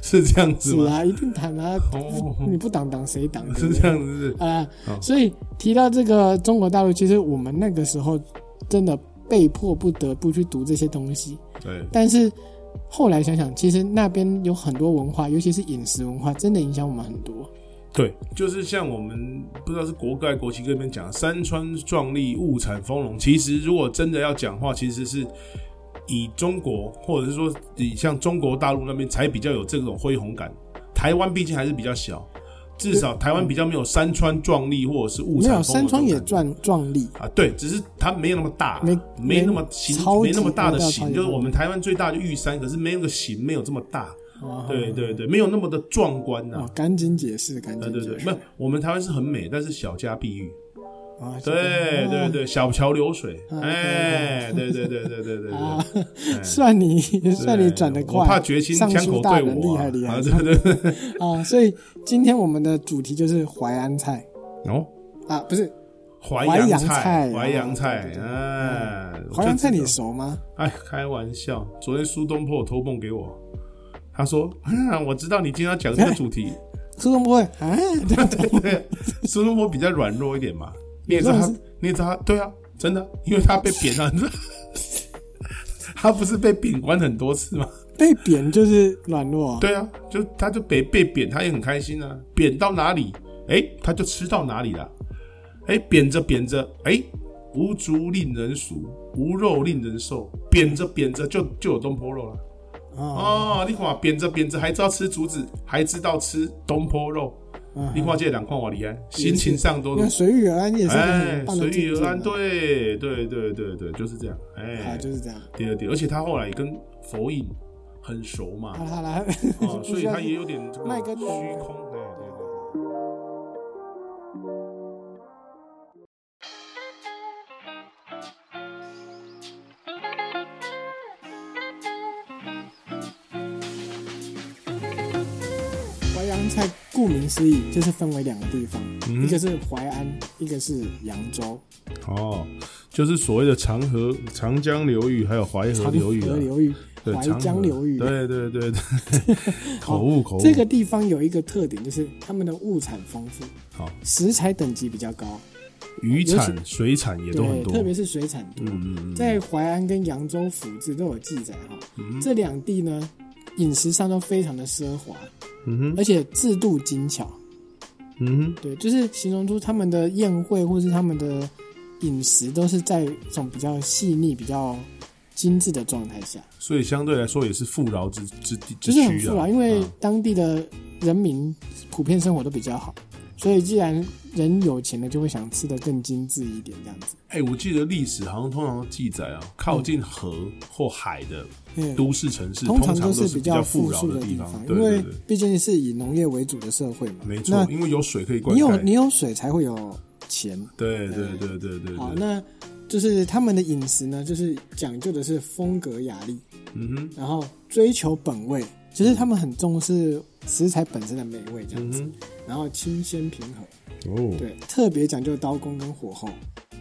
[SPEAKER 1] 是这样子
[SPEAKER 2] 是
[SPEAKER 1] 吗？
[SPEAKER 2] 啊，一定挡啊，
[SPEAKER 1] 哦，
[SPEAKER 2] 你不挡挡谁挡？对
[SPEAKER 1] 是哦
[SPEAKER 2] 不
[SPEAKER 1] 这
[SPEAKER 2] 对
[SPEAKER 1] 样子是不是。
[SPEAKER 2] 啊
[SPEAKER 1] 好。
[SPEAKER 2] 所以提到这个中国大陆，其实我们那个时候真的被迫不得不去读这些东西，
[SPEAKER 1] 对，
[SPEAKER 2] 但是后来想想，其实那边有很多文化，尤其是饮食文化，真的影响我们很多。
[SPEAKER 1] 对，就是像我们不知道是国盖国旗这边讲，山川壮丽，物产丰隆。其实如果真的要讲话，其实是以中国，或者是说以像中国大陆那边才比较有这种恢宏感。台湾毕竟还是比较小，至少台湾比较没有山川壮丽或者是物
[SPEAKER 2] 没
[SPEAKER 1] 产丰
[SPEAKER 2] 有
[SPEAKER 1] 隆。
[SPEAKER 2] 山川也。壮壮丽，
[SPEAKER 1] 啊，对，只是它没有那么大，
[SPEAKER 2] 没
[SPEAKER 1] 没那
[SPEAKER 2] 没
[SPEAKER 1] 么形
[SPEAKER 2] 超，
[SPEAKER 1] 没那么
[SPEAKER 2] 级
[SPEAKER 1] 大
[SPEAKER 2] 大
[SPEAKER 1] 的
[SPEAKER 2] 到超
[SPEAKER 1] 形，
[SPEAKER 2] 级
[SPEAKER 1] 就是
[SPEAKER 2] 大
[SPEAKER 1] 我们台湾最大的玉山，可是没有那个形，没有这么大，
[SPEAKER 2] 哦
[SPEAKER 1] 对对对，没有那么的壮观呐、
[SPEAKER 2] 哦，赶紧解释，赶
[SPEAKER 1] 对
[SPEAKER 2] 紧
[SPEAKER 1] 对
[SPEAKER 2] 解
[SPEAKER 1] 对，
[SPEAKER 2] 释
[SPEAKER 1] 没有，我们台湾是很美，但是小家碧玉。
[SPEAKER 2] 啊！
[SPEAKER 1] 对对对，小桥流水，
[SPEAKER 2] 啊
[SPEAKER 1] 哎，对对对对对对
[SPEAKER 2] 啊
[SPEAKER 1] 对，，
[SPEAKER 2] 算你算你转得
[SPEAKER 1] 我
[SPEAKER 2] 快，
[SPEAKER 1] 怕决心
[SPEAKER 2] 上
[SPEAKER 1] 枪
[SPEAKER 2] 书
[SPEAKER 1] 口
[SPEAKER 2] 大
[SPEAKER 1] 对
[SPEAKER 2] 人
[SPEAKER 1] 我
[SPEAKER 2] 厉
[SPEAKER 1] 啊，
[SPEAKER 2] 害厉害
[SPEAKER 1] 啊对对对，
[SPEAKER 2] 啊！所以今天我们的主题就是淮安菜
[SPEAKER 1] 哦，
[SPEAKER 2] 啊，不是
[SPEAKER 1] 淮
[SPEAKER 2] 淮扬
[SPEAKER 1] 菜
[SPEAKER 2] 菜，
[SPEAKER 1] 淮扬
[SPEAKER 2] 哦
[SPEAKER 1] 菜
[SPEAKER 2] 对对，对
[SPEAKER 1] 哎，我
[SPEAKER 2] 淮安
[SPEAKER 1] 就
[SPEAKER 2] 菜，
[SPEAKER 1] 知
[SPEAKER 2] 你
[SPEAKER 1] 道
[SPEAKER 2] 熟吗？
[SPEAKER 1] 哎，开玩笑，昨天苏东坡有托梦给我，他说， 嗯我知道你今天要讲这个主题，
[SPEAKER 2] 苏东坡会啊， 对对
[SPEAKER 1] 对，苏东坡比较软弱一点嘛，你也知道
[SPEAKER 2] 你
[SPEAKER 1] 他
[SPEAKER 2] 说的，
[SPEAKER 1] 你也知道他，对啊，真的，因为他被贬了，你 知道他不是被贬官很多次吗？
[SPEAKER 2] 被贬就是软弱，
[SPEAKER 1] 对啊，就他就被被贬，他也很开心啊，贬到哪里，哎、他就吃到哪里了，哎、贬着贬着，哎、无足令人俗，无肉令人瘦，贬着贬着就就有东坡肉了。
[SPEAKER 2] 啊，
[SPEAKER 1] 哦，你看贬着贬着还知道吃竹子，还知道吃东坡肉，
[SPEAKER 2] 嗯
[SPEAKER 1] 你看这两块我厉害，心情上多
[SPEAKER 2] 那
[SPEAKER 1] 多。
[SPEAKER 2] 随遇而安也是一个
[SPEAKER 1] 哎
[SPEAKER 2] 很，棒的
[SPEAKER 1] 随
[SPEAKER 2] 境
[SPEAKER 1] 遇
[SPEAKER 2] 界
[SPEAKER 1] 而安，
[SPEAKER 2] 嘛。
[SPEAKER 1] 对对对对对，就是这样。
[SPEAKER 2] 啊，
[SPEAKER 1] 哎，
[SPEAKER 2] 就是这样。
[SPEAKER 1] 对对对，而且他后来也跟佛印很熟嘛
[SPEAKER 2] 好，了好了，
[SPEAKER 1] 哦，所以他也
[SPEAKER 2] 有
[SPEAKER 1] 有点这个
[SPEAKER 2] 卖啊跟
[SPEAKER 1] 虚空。对对对。
[SPEAKER 2] 淮扬菜，顾名思义就是分为两个地方，
[SPEAKER 1] 嗯
[SPEAKER 2] 一个是淮安，一个是扬州。
[SPEAKER 1] 哦，就是所谓的长河、长江流域还有淮河
[SPEAKER 2] 长
[SPEAKER 1] 流域啊
[SPEAKER 2] 河，流域、
[SPEAKER 1] 对，
[SPEAKER 2] 淮
[SPEAKER 1] 长河
[SPEAKER 2] 江流域。
[SPEAKER 1] 对对对对， 口误口误。
[SPEAKER 2] 这个地方有一个特点，就是他们的物产丰富，
[SPEAKER 1] 好，
[SPEAKER 2] 食材等级比较高，
[SPEAKER 1] 渔
[SPEAKER 2] 其
[SPEAKER 1] 产、水产也都很
[SPEAKER 2] 对，
[SPEAKER 1] 多，
[SPEAKER 2] 特别是水产多。
[SPEAKER 1] 嗯嗯嗯，
[SPEAKER 2] 在淮安跟扬州府志都有记载哈，这两地呢，饮食上都非常的奢华，
[SPEAKER 1] 嗯哼，
[SPEAKER 2] 而且制度精巧。
[SPEAKER 1] 嗯
[SPEAKER 2] 对，就是形容出他们的宴会或是他们的饮食都是在一种比较细腻、比较精致的状态下
[SPEAKER 1] 哼，，所以相对来说也是富饶之之地之
[SPEAKER 2] 就是很
[SPEAKER 1] 区
[SPEAKER 2] 富
[SPEAKER 1] 啊
[SPEAKER 2] 饶，。因为
[SPEAKER 1] 嗯
[SPEAKER 2] 当地的人民普遍生活都比较好，所以既然人有钱了，就会想吃的更精致一点，这样子。
[SPEAKER 1] 哎、我记得历史好像通常记载啊，靠近河或海的
[SPEAKER 2] 嗯，
[SPEAKER 1] 都市城市，
[SPEAKER 2] 通
[SPEAKER 1] 通
[SPEAKER 2] 常
[SPEAKER 1] 都
[SPEAKER 2] 是
[SPEAKER 1] 是
[SPEAKER 2] 比
[SPEAKER 1] 较
[SPEAKER 2] 富
[SPEAKER 1] 富饶
[SPEAKER 2] 庶的
[SPEAKER 1] 地
[SPEAKER 2] 方，
[SPEAKER 1] 对
[SPEAKER 2] 因
[SPEAKER 1] 对
[SPEAKER 2] 为
[SPEAKER 1] 对，
[SPEAKER 2] 毕竟是以农业为主的社会嘛。
[SPEAKER 1] 没
[SPEAKER 2] 那
[SPEAKER 1] 错，因为有水可以灌
[SPEAKER 2] 你有你
[SPEAKER 1] 溉。
[SPEAKER 2] 有水才会有钱。
[SPEAKER 1] 对对对对对
[SPEAKER 2] 好，
[SPEAKER 1] 对，
[SPEAKER 2] 那就是他们的饮食呢，就是讲究的是风格雅丽，
[SPEAKER 1] 嗯哼，
[SPEAKER 2] 然后追求本味，其实他们很重视食材本身的美味这样
[SPEAKER 1] 嗯
[SPEAKER 2] 子，
[SPEAKER 1] 哼，
[SPEAKER 2] 然后清鲜平和，
[SPEAKER 1] 哦。
[SPEAKER 2] 对，特别讲究刀工跟火候。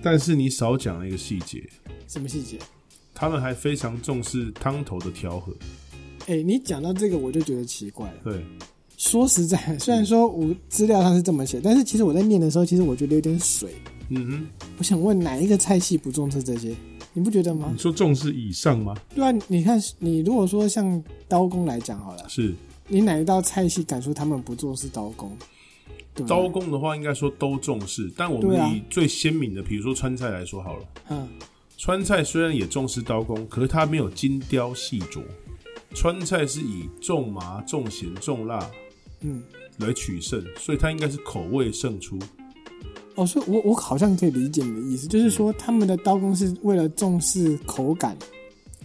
[SPEAKER 1] 但是你少讲了一个细节，
[SPEAKER 2] 什么细节？
[SPEAKER 1] 他们还非常重视汤头的调和。
[SPEAKER 2] 哎、你讲到这个我就觉得奇怪了。
[SPEAKER 1] 对，
[SPEAKER 2] 说实在，虽然说我资料上是这么写，但是其实我在念的时候，其实我觉得有点水。
[SPEAKER 1] 嗯
[SPEAKER 2] 我想问哪一个菜系不重视这些？你不觉得
[SPEAKER 1] 哼，
[SPEAKER 2] 吗
[SPEAKER 1] 你？说重视以上吗？
[SPEAKER 2] 对啊，你看，你如果说像刀工来讲好了，
[SPEAKER 1] 是
[SPEAKER 2] 你哪一道菜系敢说他们不重视刀工？对不对
[SPEAKER 1] 刀，工的话，应该说都重视，但我
[SPEAKER 2] 对
[SPEAKER 1] 们
[SPEAKER 2] 啊
[SPEAKER 1] 以最鲜明的，比如说川菜来说好了。
[SPEAKER 2] 嗯，
[SPEAKER 1] 川菜虽然也重视刀工，可是它没有精雕细琢。川菜是以重麻、重咸、重辣，
[SPEAKER 2] 嗯，
[SPEAKER 1] 来取胜，所以它应该是口味胜出。
[SPEAKER 2] 哦，所以我我好像可以理解你的意思，就是
[SPEAKER 1] 嗯
[SPEAKER 2] 说他们的刀工是为了重视口感，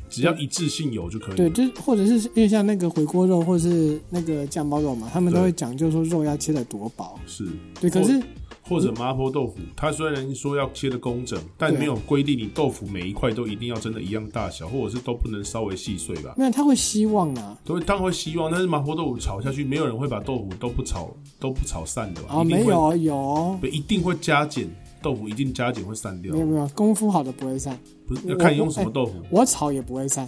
[SPEAKER 1] 只要一致性有就可以。
[SPEAKER 2] 对，就是或者是因为像那个回锅肉或是那个酱包肉嘛，他们都
[SPEAKER 1] 对
[SPEAKER 2] 会讲究说肉要切的多薄，
[SPEAKER 1] 是，
[SPEAKER 2] 对，可是
[SPEAKER 1] 或者麻婆豆腐，它虽然说要切的工整，但
[SPEAKER 2] 对啊
[SPEAKER 1] 没有规定你豆腐每一块都一定要真的一样大小，或者是都不能稍微细碎吧。
[SPEAKER 2] 没有他会希望啊，
[SPEAKER 1] 都会当然会希望，但是麻婆豆腐炒下去，没有人会把豆腐都不炒都不炒散的吧？
[SPEAKER 2] 哦，
[SPEAKER 1] 一定
[SPEAKER 2] 没
[SPEAKER 1] 会，
[SPEAKER 2] 有有哦
[SPEAKER 1] 对，一定会加减，豆腐一定加减会散掉
[SPEAKER 2] 没。有没有功夫好的不会散，
[SPEAKER 1] 不是
[SPEAKER 2] 我
[SPEAKER 1] 要看你用什么豆腐，
[SPEAKER 2] 我炒也不会散，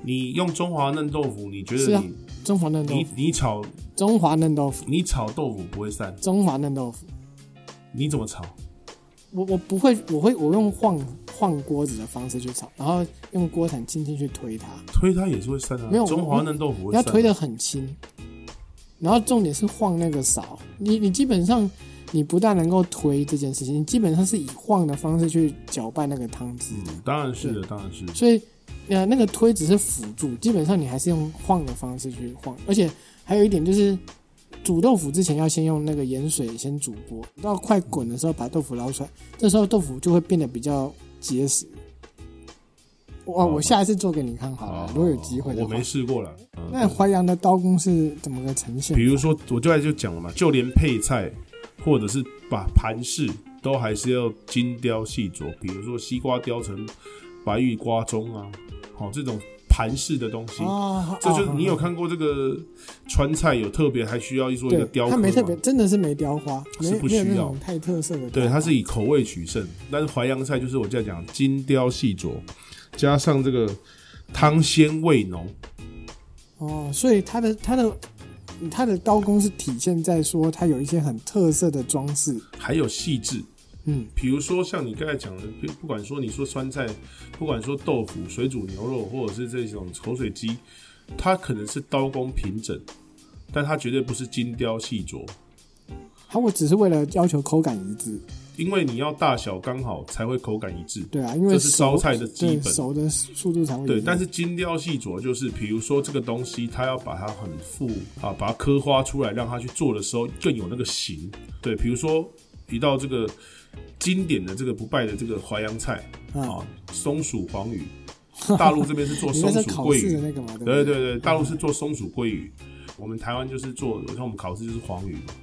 [SPEAKER 1] 你用中华嫩豆腐，你觉
[SPEAKER 2] 是
[SPEAKER 1] 得
[SPEAKER 2] 啊
[SPEAKER 1] 你、
[SPEAKER 2] 中华嫩豆
[SPEAKER 1] 你
[SPEAKER 2] 腐，
[SPEAKER 1] 嗯你炒
[SPEAKER 2] 中华嫩豆腐，
[SPEAKER 1] 你炒豆腐不会散，
[SPEAKER 2] 中华嫩豆腐，
[SPEAKER 1] 你怎么炒？
[SPEAKER 2] 我我不会，我会我用晃晃锅子的方式去炒，然后用锅铲轻轻去推它，
[SPEAKER 1] 推它也是会散啊。
[SPEAKER 2] 没有
[SPEAKER 1] 中华嫩豆腐会
[SPEAKER 2] 你要
[SPEAKER 1] 散、啊
[SPEAKER 2] 推的很轻，然后重点是晃那个勺。你你基本上你不但能够推这件事情，你基本上是以晃的方式去搅拌那个汤汁的，
[SPEAKER 1] 嗯，当然是的，当然是的。
[SPEAKER 2] 所以呃那个推只是辅助，基本上你还是用晃的方式去晃。而且还有一点就是，煮豆腐之前要先用那个盐水先煮过，到快滚的时候把豆腐捞出来，这时候豆腐就会变得比较结实。哇，
[SPEAKER 1] 好吧
[SPEAKER 2] 我下一次做给你看好啊了，如果有机会的
[SPEAKER 1] 我
[SPEAKER 2] 话
[SPEAKER 1] 没。试过了。嗯
[SPEAKER 2] 那淮扬的刀工是怎么个呈现？
[SPEAKER 1] 比如说，我就来就讲了嘛，就连配菜或者是把盘饰都还是要精雕细琢，比如说西瓜雕成白玉瓜盅啊，好、这种盘饰的东西。
[SPEAKER 2] 啊，
[SPEAKER 1] 这就
[SPEAKER 2] 啊
[SPEAKER 1] 是你有看过这个川菜有特别还需要做一
[SPEAKER 2] 对
[SPEAKER 1] 个雕刻
[SPEAKER 2] 它没特
[SPEAKER 1] 吗
[SPEAKER 2] 别，真的是没雕花，没
[SPEAKER 1] 是不
[SPEAKER 2] 没有
[SPEAKER 1] 需
[SPEAKER 2] 那
[SPEAKER 1] 要
[SPEAKER 2] 种太特色的雕花。
[SPEAKER 1] 对，它是以口味取胜。但是淮扬菜就是我在讲精雕细琢，加上这个汤鲜味浓，
[SPEAKER 2] 哦，所以它的它的它的刀工是体现在说它有一些很特色的装饰，
[SPEAKER 1] 还有细致。
[SPEAKER 2] 嗯，
[SPEAKER 1] 比如说像你刚才讲的，不不管说你说酸菜，不管说豆腐、水煮牛肉，或者是这种口水鸡，它可能是刀工平整，但它绝对不是精雕细琢，
[SPEAKER 2] 它我只是为了要求口感一致，
[SPEAKER 1] 因为你要大小刚好才会口感一致。
[SPEAKER 2] 对啊，因为
[SPEAKER 1] 这是烧
[SPEAKER 2] 熟
[SPEAKER 1] 菜的基
[SPEAKER 2] 对
[SPEAKER 1] 本
[SPEAKER 2] 熟的速度才会
[SPEAKER 1] 对，
[SPEAKER 2] 一样
[SPEAKER 1] 但是精雕细琢就是，比如说这个东西，它要把它很富啊，把它刻画出来，让它去做的时候更有那个形。对，比如说一道这个经典的这个不败的这个淮扬菜
[SPEAKER 2] 啊，
[SPEAKER 1] 啊，松鼠黄 鱼，大陆这边是做
[SPEAKER 2] 你
[SPEAKER 1] 松
[SPEAKER 2] 那
[SPEAKER 1] 鼠
[SPEAKER 2] 是考
[SPEAKER 1] 桂
[SPEAKER 2] 试的
[SPEAKER 1] 鱼，
[SPEAKER 2] 那个嘛，对不嗯
[SPEAKER 1] 对
[SPEAKER 2] 对
[SPEAKER 1] 对对，大陆是做松鼠桂鱼，我们台湾就是做，像我们考试就是黄鱼嘛，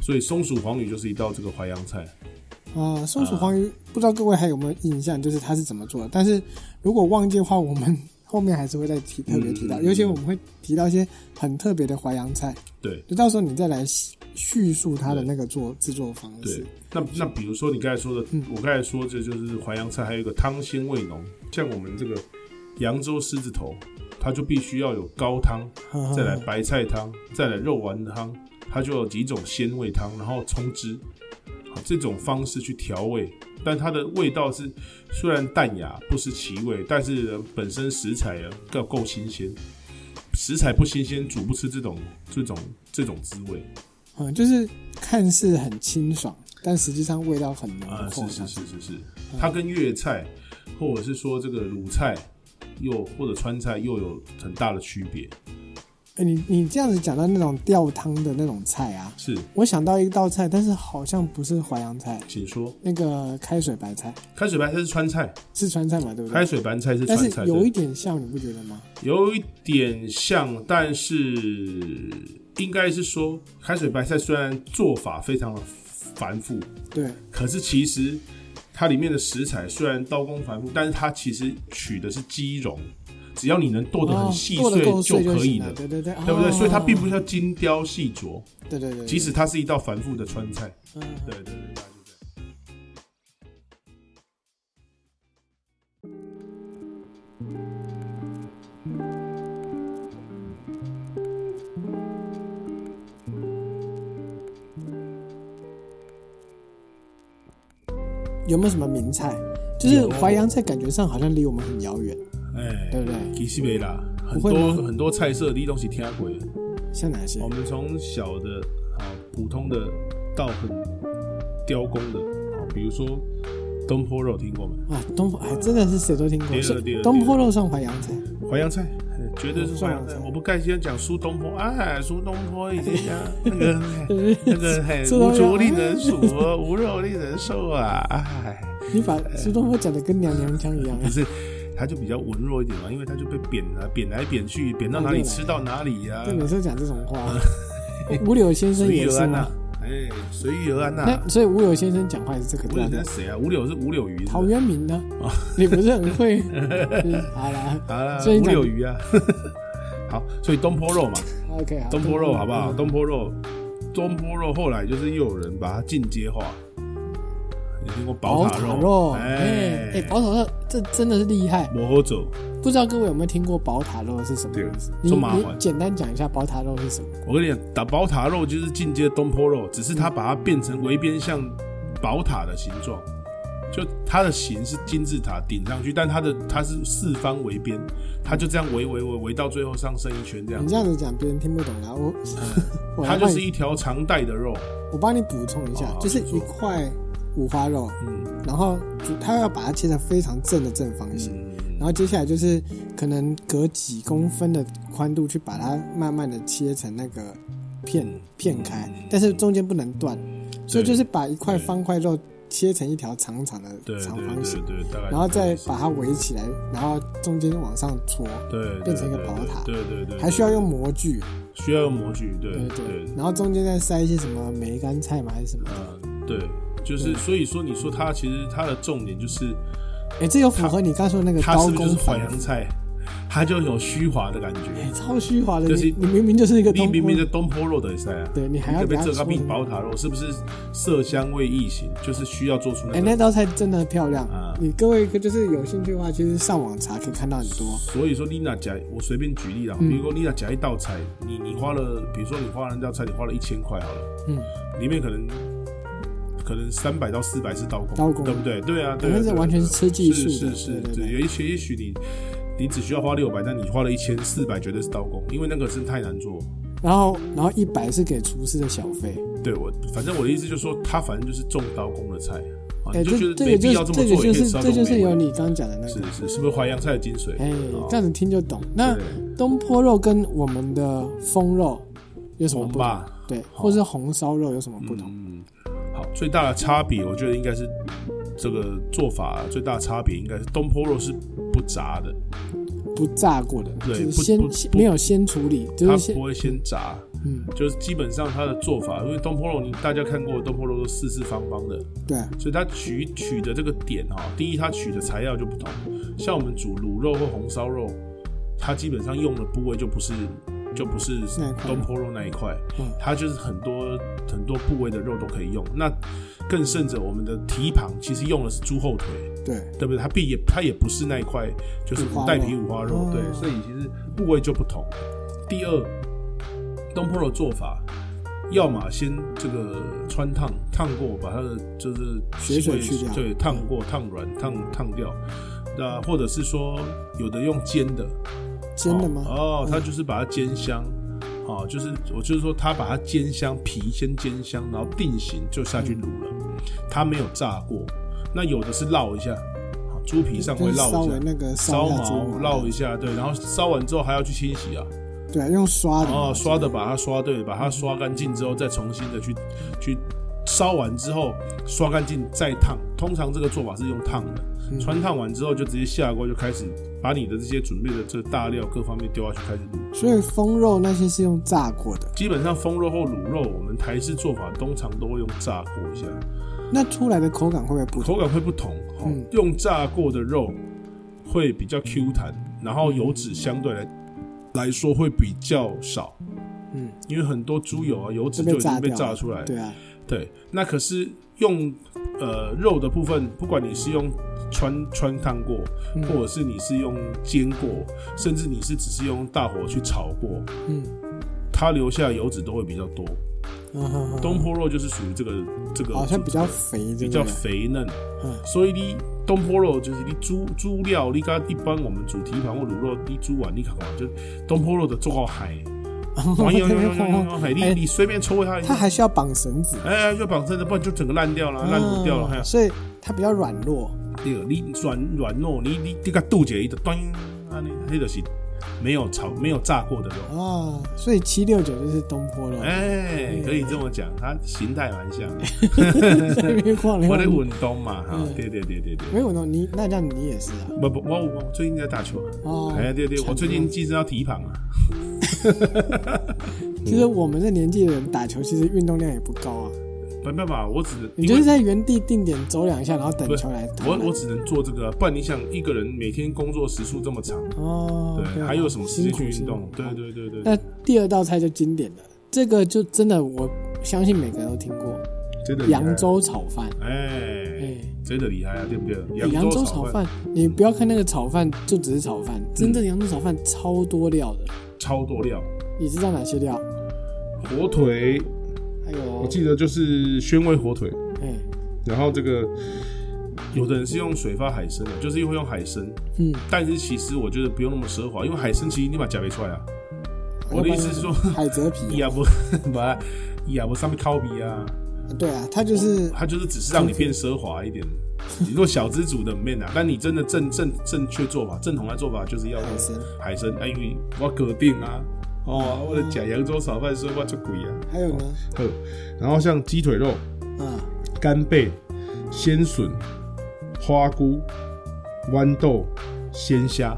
[SPEAKER 1] 所以松鼠黄鱼就是一道这个淮扬菜。
[SPEAKER 2] 啊，松鼠黄鱼不知道各位还有没有印象，就是它是怎么做的？但是如果忘记的话，我们 后面还是会再提特别提到，
[SPEAKER 1] 嗯
[SPEAKER 2] 尤其我们会提到一些很特别的淮扬菜，
[SPEAKER 1] 对
[SPEAKER 2] 就到时候你再来叙叙述它的那个做制作方
[SPEAKER 1] 对
[SPEAKER 2] 式。，
[SPEAKER 1] 那那比如说你刚才说的，我刚才说这就是淮扬菜，还有一个汤鲜味浓，像我们这个扬州狮子头，它就必须要有高汤，
[SPEAKER 2] 呵呵
[SPEAKER 1] 再来白菜汤，再来肉丸汤，它就有几种鲜味汤，然后葱汁，好这种方式去调味，但它的味道是虽然淡雅不失其味，但是本身食材啊要够新鲜，食材不新鲜，煮不吃这种这种这种滋味
[SPEAKER 2] 嗯，就是看似很清爽，但实际上味道很浓
[SPEAKER 1] 啊！
[SPEAKER 2] 厚。
[SPEAKER 1] 是是是是是，它跟粤菜或者是说这个鲁菜又或者川菜又有很大的区别，
[SPEAKER 2] 哎、你你这样子讲到那种吊汤的那种菜啊，
[SPEAKER 1] 是，
[SPEAKER 2] 我想到一道菜，但是好像不是淮扬菜，
[SPEAKER 1] 请说。
[SPEAKER 2] 那个开水白菜
[SPEAKER 1] 开水白菜是川菜，
[SPEAKER 2] 是川菜嘛，对不
[SPEAKER 1] 开
[SPEAKER 2] 对？
[SPEAKER 1] 水白菜是
[SPEAKER 2] 但
[SPEAKER 1] 川菜，
[SPEAKER 2] 是有
[SPEAKER 1] 对
[SPEAKER 2] 一点像，你不觉得吗？
[SPEAKER 1] 有一点像，但是应该是说开水白菜虽然做法非常的繁复，
[SPEAKER 2] 对，
[SPEAKER 1] 可是其实它里面的食材虽然刀工繁复，但是它其实取的是鸡茸，只要你能剁得
[SPEAKER 2] 哦
[SPEAKER 1] 很细
[SPEAKER 2] 剁得够
[SPEAKER 1] 就
[SPEAKER 2] 碎
[SPEAKER 1] 可以
[SPEAKER 2] 行
[SPEAKER 1] 了
[SPEAKER 2] 了，，对对对，
[SPEAKER 1] 对不对？
[SPEAKER 2] 哦
[SPEAKER 1] 所以它并不需要精雕细琢，
[SPEAKER 2] 对对对，
[SPEAKER 1] 即使它是一道繁复的川菜。
[SPEAKER 2] 嗯
[SPEAKER 1] 对对对，大概就这样。
[SPEAKER 2] 有没有什么名菜？就是
[SPEAKER 1] 啊
[SPEAKER 2] 淮扬菜，感觉上好像离我们很遥远，对
[SPEAKER 1] 哎，
[SPEAKER 2] 不对？
[SPEAKER 1] 其实没啦，很
[SPEAKER 2] 不会
[SPEAKER 1] 多
[SPEAKER 2] 吗
[SPEAKER 1] 很多菜色的东西听过。
[SPEAKER 2] 像哪些
[SPEAKER 1] 我？们从小的啊普通的到很雕工的啊，比如说东坡肉听过没？
[SPEAKER 2] 啊，东坡哎，真的是谁都听
[SPEAKER 1] 第
[SPEAKER 2] 过，
[SPEAKER 1] 二
[SPEAKER 2] 是
[SPEAKER 1] 第二
[SPEAKER 2] 东坡肉算淮扬菜，
[SPEAKER 1] 淮扬菜呃绝对是淮扬菜
[SPEAKER 2] 淮扬。菜
[SPEAKER 1] 我们刚才先讲苏东坡，哎，苏东坡已经 啊那个那个嘿，
[SPEAKER 2] 苏
[SPEAKER 1] 无
[SPEAKER 2] 东坡
[SPEAKER 1] 竹令人数，无肉令人瘦啊，哎，
[SPEAKER 2] 你把苏东坡讲的跟娘娘腔一样，
[SPEAKER 1] 可是。他就比较文弱一点嘛，因为他就被贬了，贬来贬去，贬到哪里
[SPEAKER 2] 对啦
[SPEAKER 1] 吃到哪里呀、
[SPEAKER 2] 对，每次都讲这种 话。吴柳先生
[SPEAKER 1] 随遇
[SPEAKER 2] 也
[SPEAKER 1] 而
[SPEAKER 2] 是
[SPEAKER 1] 安呐、
[SPEAKER 2] 吗？
[SPEAKER 1] 哎，随遇而安呐、
[SPEAKER 2] 那所以吴柳先生讲话也是这个
[SPEAKER 1] 五柳
[SPEAKER 2] 调
[SPEAKER 1] 是
[SPEAKER 2] 调。
[SPEAKER 1] 谁啊？五柳是五柳鱼是不是
[SPEAKER 2] 陶渊明呢？
[SPEAKER 1] 哦
[SPEAKER 2] 你不是很 会？嗯好啦
[SPEAKER 1] 好啦，
[SPEAKER 2] 所以
[SPEAKER 1] 五
[SPEAKER 2] 讲
[SPEAKER 1] 柳鱼啊。 好，所以东坡肉嘛，
[SPEAKER 2] ，OK，好
[SPEAKER 1] 东坡肉好不好？
[SPEAKER 2] 嗯
[SPEAKER 1] 东坡肉，东坡肉后来就是又有人把它进阶化，你听过宝
[SPEAKER 2] 宝
[SPEAKER 1] 塔
[SPEAKER 2] 塔肉，哎哎
[SPEAKER 1] 哎，，
[SPEAKER 2] 宝塔肉这真的是厉害。
[SPEAKER 1] 摩诃走，
[SPEAKER 2] 不知道各位有没有听过宝塔肉是什么意思？
[SPEAKER 1] 对
[SPEAKER 2] 你
[SPEAKER 1] 说麻
[SPEAKER 2] 你
[SPEAKER 1] 烦
[SPEAKER 2] 简单讲一下宝塔肉是什么？
[SPEAKER 1] 我跟你讲，打宝塔肉就是进阶东坡肉，只是它把它变成围边像宝塔的形状，就它的形是金字塔顶上去，但它的它是四方围边，它就这样围围围围到最后上升一圈这样
[SPEAKER 2] 你，这样子讲，别人听不懂啦。我 我
[SPEAKER 1] 它
[SPEAKER 2] 来
[SPEAKER 1] 就
[SPEAKER 2] 帮
[SPEAKER 1] 是
[SPEAKER 2] 你，
[SPEAKER 1] 一条长带的肉，
[SPEAKER 2] 我帮你补充一下
[SPEAKER 1] 哦好，
[SPEAKER 2] 就是
[SPEAKER 1] 你
[SPEAKER 2] 一
[SPEAKER 1] 说
[SPEAKER 2] 块五花肉，
[SPEAKER 1] 嗯
[SPEAKER 2] 然后煮它要把它切成非常正的正方形，
[SPEAKER 1] 嗯，
[SPEAKER 2] 然后接下来就是可能隔几公分的宽度去把它慢慢的切成那个片
[SPEAKER 1] 嗯
[SPEAKER 2] 片开，但是中间不能断，所以就是把一块方块肉切成一条长长
[SPEAKER 1] 对对
[SPEAKER 2] 的长
[SPEAKER 1] 对
[SPEAKER 2] 方形，
[SPEAKER 1] 对，大概
[SPEAKER 2] 然后
[SPEAKER 1] 是这样
[SPEAKER 2] 再
[SPEAKER 1] 子
[SPEAKER 2] 把它围起来，然后中间往上戳，
[SPEAKER 1] 对，
[SPEAKER 2] 变成一个
[SPEAKER 1] 对
[SPEAKER 2] 宝
[SPEAKER 1] 对
[SPEAKER 2] 塔
[SPEAKER 1] 对对对对，
[SPEAKER 2] 还需要用模具，
[SPEAKER 1] 需要用模具，对
[SPEAKER 2] 对
[SPEAKER 1] 对
[SPEAKER 2] 对，，然后中间再塞一些什么梅干菜嘛还是什么的，
[SPEAKER 1] 呃对，就是所以说你说它其实它的重点就是
[SPEAKER 2] 哎，这有符合你刚说的那个
[SPEAKER 1] 它
[SPEAKER 2] 刀
[SPEAKER 1] 是不是就是
[SPEAKER 2] 工
[SPEAKER 1] 淮
[SPEAKER 2] 反
[SPEAKER 1] 扬菜，它就有虚华的感觉
[SPEAKER 2] 哎，，超虚华的，
[SPEAKER 1] 就是
[SPEAKER 2] 你你明明就是一个
[SPEAKER 1] 你
[SPEAKER 2] 东
[SPEAKER 1] 明明的
[SPEAKER 2] 坡，
[SPEAKER 1] 东坡肉的菜啊，
[SPEAKER 2] 对你还要
[SPEAKER 1] 特别
[SPEAKER 2] 给它
[SPEAKER 1] 这个
[SPEAKER 2] 搓
[SPEAKER 1] 比
[SPEAKER 2] 成
[SPEAKER 1] 宝塔肉是不是色香味异形，就是需要做出那
[SPEAKER 2] 哎，那
[SPEAKER 1] 个。
[SPEAKER 2] 道菜真的漂亮
[SPEAKER 1] 啊。
[SPEAKER 2] 你各位就是有兴趣的话，其实上网查可以看到很多。
[SPEAKER 1] 所以说，丽娜夹，我随便举例啦，
[SPEAKER 2] 嗯
[SPEAKER 1] 比如说丽娜夹一道菜，你你花了，比如说你花了那道菜，你花了一千块好了，
[SPEAKER 2] 嗯，
[SPEAKER 1] 里面可能可能三百到四百是刀工，
[SPEAKER 2] 刀工
[SPEAKER 1] 对不对？对啊，对啊，
[SPEAKER 2] 但
[SPEAKER 1] 对
[SPEAKER 2] 是
[SPEAKER 1] 啊
[SPEAKER 2] 完全是吃技术
[SPEAKER 1] 是
[SPEAKER 2] 的，
[SPEAKER 1] 是
[SPEAKER 2] 对对
[SPEAKER 1] 是，
[SPEAKER 2] 对。
[SPEAKER 1] 对，也许也许你你只需要花六百，但你花了一千四百，绝对是刀工，因为那个是太难做。
[SPEAKER 2] 然后然后一百是给厨师的小费，
[SPEAKER 1] 对我，反正我的意思就是说，它反正就是重刀工的菜啊，
[SPEAKER 2] 哎，
[SPEAKER 1] 你
[SPEAKER 2] 这
[SPEAKER 1] 就觉得
[SPEAKER 2] 这
[SPEAKER 1] 没
[SPEAKER 2] 个
[SPEAKER 1] 必
[SPEAKER 2] 就
[SPEAKER 1] 要
[SPEAKER 2] 是
[SPEAKER 1] 么
[SPEAKER 2] 这
[SPEAKER 1] 做，也
[SPEAKER 2] 个就
[SPEAKER 1] 可以
[SPEAKER 2] 是
[SPEAKER 1] 吃到
[SPEAKER 2] 这
[SPEAKER 1] 种
[SPEAKER 2] 就是
[SPEAKER 1] 美
[SPEAKER 2] 有
[SPEAKER 1] 味。
[SPEAKER 2] 你刚刚讲的那
[SPEAKER 1] 是
[SPEAKER 2] 个，
[SPEAKER 1] 是是不是淮扬菜的精髓？
[SPEAKER 2] 哎
[SPEAKER 1] 哦，
[SPEAKER 2] 这样子听就懂。那
[SPEAKER 1] 对
[SPEAKER 2] 东坡肉跟我们的风肉有什么
[SPEAKER 1] 红
[SPEAKER 2] 不同？
[SPEAKER 1] 吧，
[SPEAKER 2] 对，或是红烧肉有什么不同？
[SPEAKER 1] 嗯，好，最大的差别，我觉得应该是这个做法最大的差别应该是东坡肉是不炸的，
[SPEAKER 2] 不炸过的，就
[SPEAKER 1] 对
[SPEAKER 2] 是
[SPEAKER 1] 不
[SPEAKER 2] 先
[SPEAKER 1] 不
[SPEAKER 2] 先
[SPEAKER 1] 不
[SPEAKER 2] 没有先处理，就是
[SPEAKER 1] 它
[SPEAKER 2] 先
[SPEAKER 1] 不会先炸，
[SPEAKER 2] 嗯，
[SPEAKER 1] 就是基本上它的做法，因为东坡肉你大家看过，东坡肉都四四方方的，
[SPEAKER 2] 对，
[SPEAKER 1] 所以它取取的这个点哈、第一它取的材料就不同，像我们煮卤肉或红烧肉，它基本上用的部位就不是就不是
[SPEAKER 2] 那一块
[SPEAKER 1] 东坡肉那一块
[SPEAKER 2] 嗯，
[SPEAKER 1] 它就是很多很多部位的肉都可以用。那更甚者，我们的蹄膀其实用的是猪后腿，
[SPEAKER 2] 对，
[SPEAKER 1] 对不对？它并也它也不是那一块就是
[SPEAKER 2] 五花肉
[SPEAKER 1] 带皮五花肉，
[SPEAKER 2] 哦
[SPEAKER 1] 对，所以其实部位就不同。第二，东坡肉做法，要么先这个穿烫烫过，把它的就是
[SPEAKER 2] 血水去掉嗯
[SPEAKER 1] 对，烫过烫软烫烫掉。那或者是说有的用煎的，
[SPEAKER 2] 煎的吗？
[SPEAKER 1] 哦，他就是把它煎香，哦，就是我就是说他把它煎香，皮先煎香，然后定型就下去卤了，他没有炸过。那有的是烙一下，好猪皮上会
[SPEAKER 2] 就是稍
[SPEAKER 1] 烙
[SPEAKER 2] 微
[SPEAKER 1] 一下，
[SPEAKER 2] 那个
[SPEAKER 1] 烧
[SPEAKER 2] 烧一下猪
[SPEAKER 1] 毛烙一下，对，然后烧完之后还要去清洗啊，
[SPEAKER 2] 对啊，用刷的嘛
[SPEAKER 1] 哦，刷的把它刷对，把它刷干净之后，再重新的去去烧完之后刷干净再烫。通常这个做法是用烫的，
[SPEAKER 2] 嗯
[SPEAKER 1] 穿烫完之后就直接下锅就开始把你的这些准备的这大料各方面丢下去开始卤。
[SPEAKER 2] 所以风肉那些是用炸过的，
[SPEAKER 1] 基本上风肉或卤肉，我们台式做法通常都会用炸过一下，
[SPEAKER 2] 那出来的口感会不会不同？
[SPEAKER 1] 口感会不同。哦
[SPEAKER 2] 嗯
[SPEAKER 1] 用炸过的肉会比较 Q 弹，然后油脂相对来来说会比较少。
[SPEAKER 2] 嗯，
[SPEAKER 1] 因为很多猪油啊，油脂
[SPEAKER 2] 被
[SPEAKER 1] 就已
[SPEAKER 2] 炸
[SPEAKER 1] 经被
[SPEAKER 2] 掉
[SPEAKER 1] 炸
[SPEAKER 2] 了
[SPEAKER 1] 出来了。
[SPEAKER 2] 对啊，
[SPEAKER 1] 对，那可是用呃肉的部分，不管你是用穿穿烫过，或者是你是用煎过，甚至你是只是用大火去炒过，
[SPEAKER 2] 嗯，
[SPEAKER 1] 它留下的油脂都会比较多。
[SPEAKER 2] 嗯哼哼
[SPEAKER 1] 东坡肉就是属于这个这个
[SPEAKER 2] 好像比较肥，
[SPEAKER 1] 比
[SPEAKER 2] 比
[SPEAKER 1] 较肥嫩，
[SPEAKER 2] 嗯
[SPEAKER 1] 所以你东坡肉就是你猪猪料，你跟一般我们煮蹄膀或卤肉，你煮完你看看，就东坡肉的做好海，哎呦呦呦呦呦，海你你随便抽它一下，
[SPEAKER 2] 它还需要绑绳子，
[SPEAKER 1] 哎，要绑真的，不然就整个烂掉了，烂卤掉了。还有
[SPEAKER 2] 嗯所以它比较软弱，
[SPEAKER 1] 第二，你软软糯，你你这个杜姐一个咚，啊，你那就是没有炒、没有炸过的肉。
[SPEAKER 2] 啊，所以七六九就是东坡肉，
[SPEAKER 1] 哎，可以这么讲，它形态蛮像 的。
[SPEAKER 2] 那边晃来
[SPEAKER 1] 我
[SPEAKER 2] 晃
[SPEAKER 1] 在
[SPEAKER 2] 去。
[SPEAKER 1] 运动嘛，哈
[SPEAKER 2] 嗯，
[SPEAKER 1] 对对对对对。
[SPEAKER 2] 没有呢，你那这样你也是啊，
[SPEAKER 1] 不不，我我我最近在打球啊。
[SPEAKER 2] 哦
[SPEAKER 1] 哎，对对，
[SPEAKER 2] 差不多
[SPEAKER 1] 我最近晋升到体育旁啊。
[SPEAKER 2] 其实我们这年纪的人打球，其实运动量也不高啊，
[SPEAKER 1] 没办法，我只
[SPEAKER 2] 你
[SPEAKER 1] 因
[SPEAKER 2] 就是
[SPEAKER 1] 为
[SPEAKER 2] 在原地定点走两下，然后等
[SPEAKER 1] 不是
[SPEAKER 2] 球来投
[SPEAKER 1] 我我只能做这个啊，不然你想一个人每天工作时数这么长，
[SPEAKER 2] 哦，
[SPEAKER 1] 对，
[SPEAKER 2] 啊
[SPEAKER 1] 还有什么时间去运
[SPEAKER 2] 辛苦
[SPEAKER 1] 动
[SPEAKER 2] 辛？苦
[SPEAKER 1] 对对对对。
[SPEAKER 2] 那第二道菜就经典了，这个就真的我相信每个人都听过，
[SPEAKER 1] 真的厉害
[SPEAKER 2] 扬，州炒饭。
[SPEAKER 1] 哎
[SPEAKER 2] 哎，
[SPEAKER 1] 真的厉害啊，对不对？
[SPEAKER 2] 扬州
[SPEAKER 1] 炒嗯
[SPEAKER 2] 炒饭，你不要看那个炒饭就只是炒饭，真正的扬州炒饭超多料的。
[SPEAKER 1] 超多料，
[SPEAKER 2] 你知道哪些料？
[SPEAKER 1] 火腿，
[SPEAKER 2] 还有，
[SPEAKER 1] 我记得就是宣威火腿，
[SPEAKER 2] 哎，
[SPEAKER 1] 然后这个有的人是用水发海参的，就是会用海参，
[SPEAKER 2] 嗯，
[SPEAKER 1] 但是其实我觉得不用那么奢华，因为海参其实你把夹没出来啊。我的意思是说，
[SPEAKER 2] 海蜇皮
[SPEAKER 1] 也
[SPEAKER 2] 啊、
[SPEAKER 1] 不把也不上面靠比啊，
[SPEAKER 2] 对啊，它就是
[SPEAKER 1] 它就是只是让你变奢华一点。你做小资主的面啊，但你真的正正正确做法，正统的做法就是要
[SPEAKER 2] 海参，
[SPEAKER 1] 海参，哎，因为我隔定啊，哦，我的假扬州炒饭，所以我就贵啊。
[SPEAKER 2] 还有呢，
[SPEAKER 1] 呃，然后像鸡腿肉、
[SPEAKER 2] 啊，
[SPEAKER 1] 干贝、鲜笋、花菇、豌豆、鲜虾，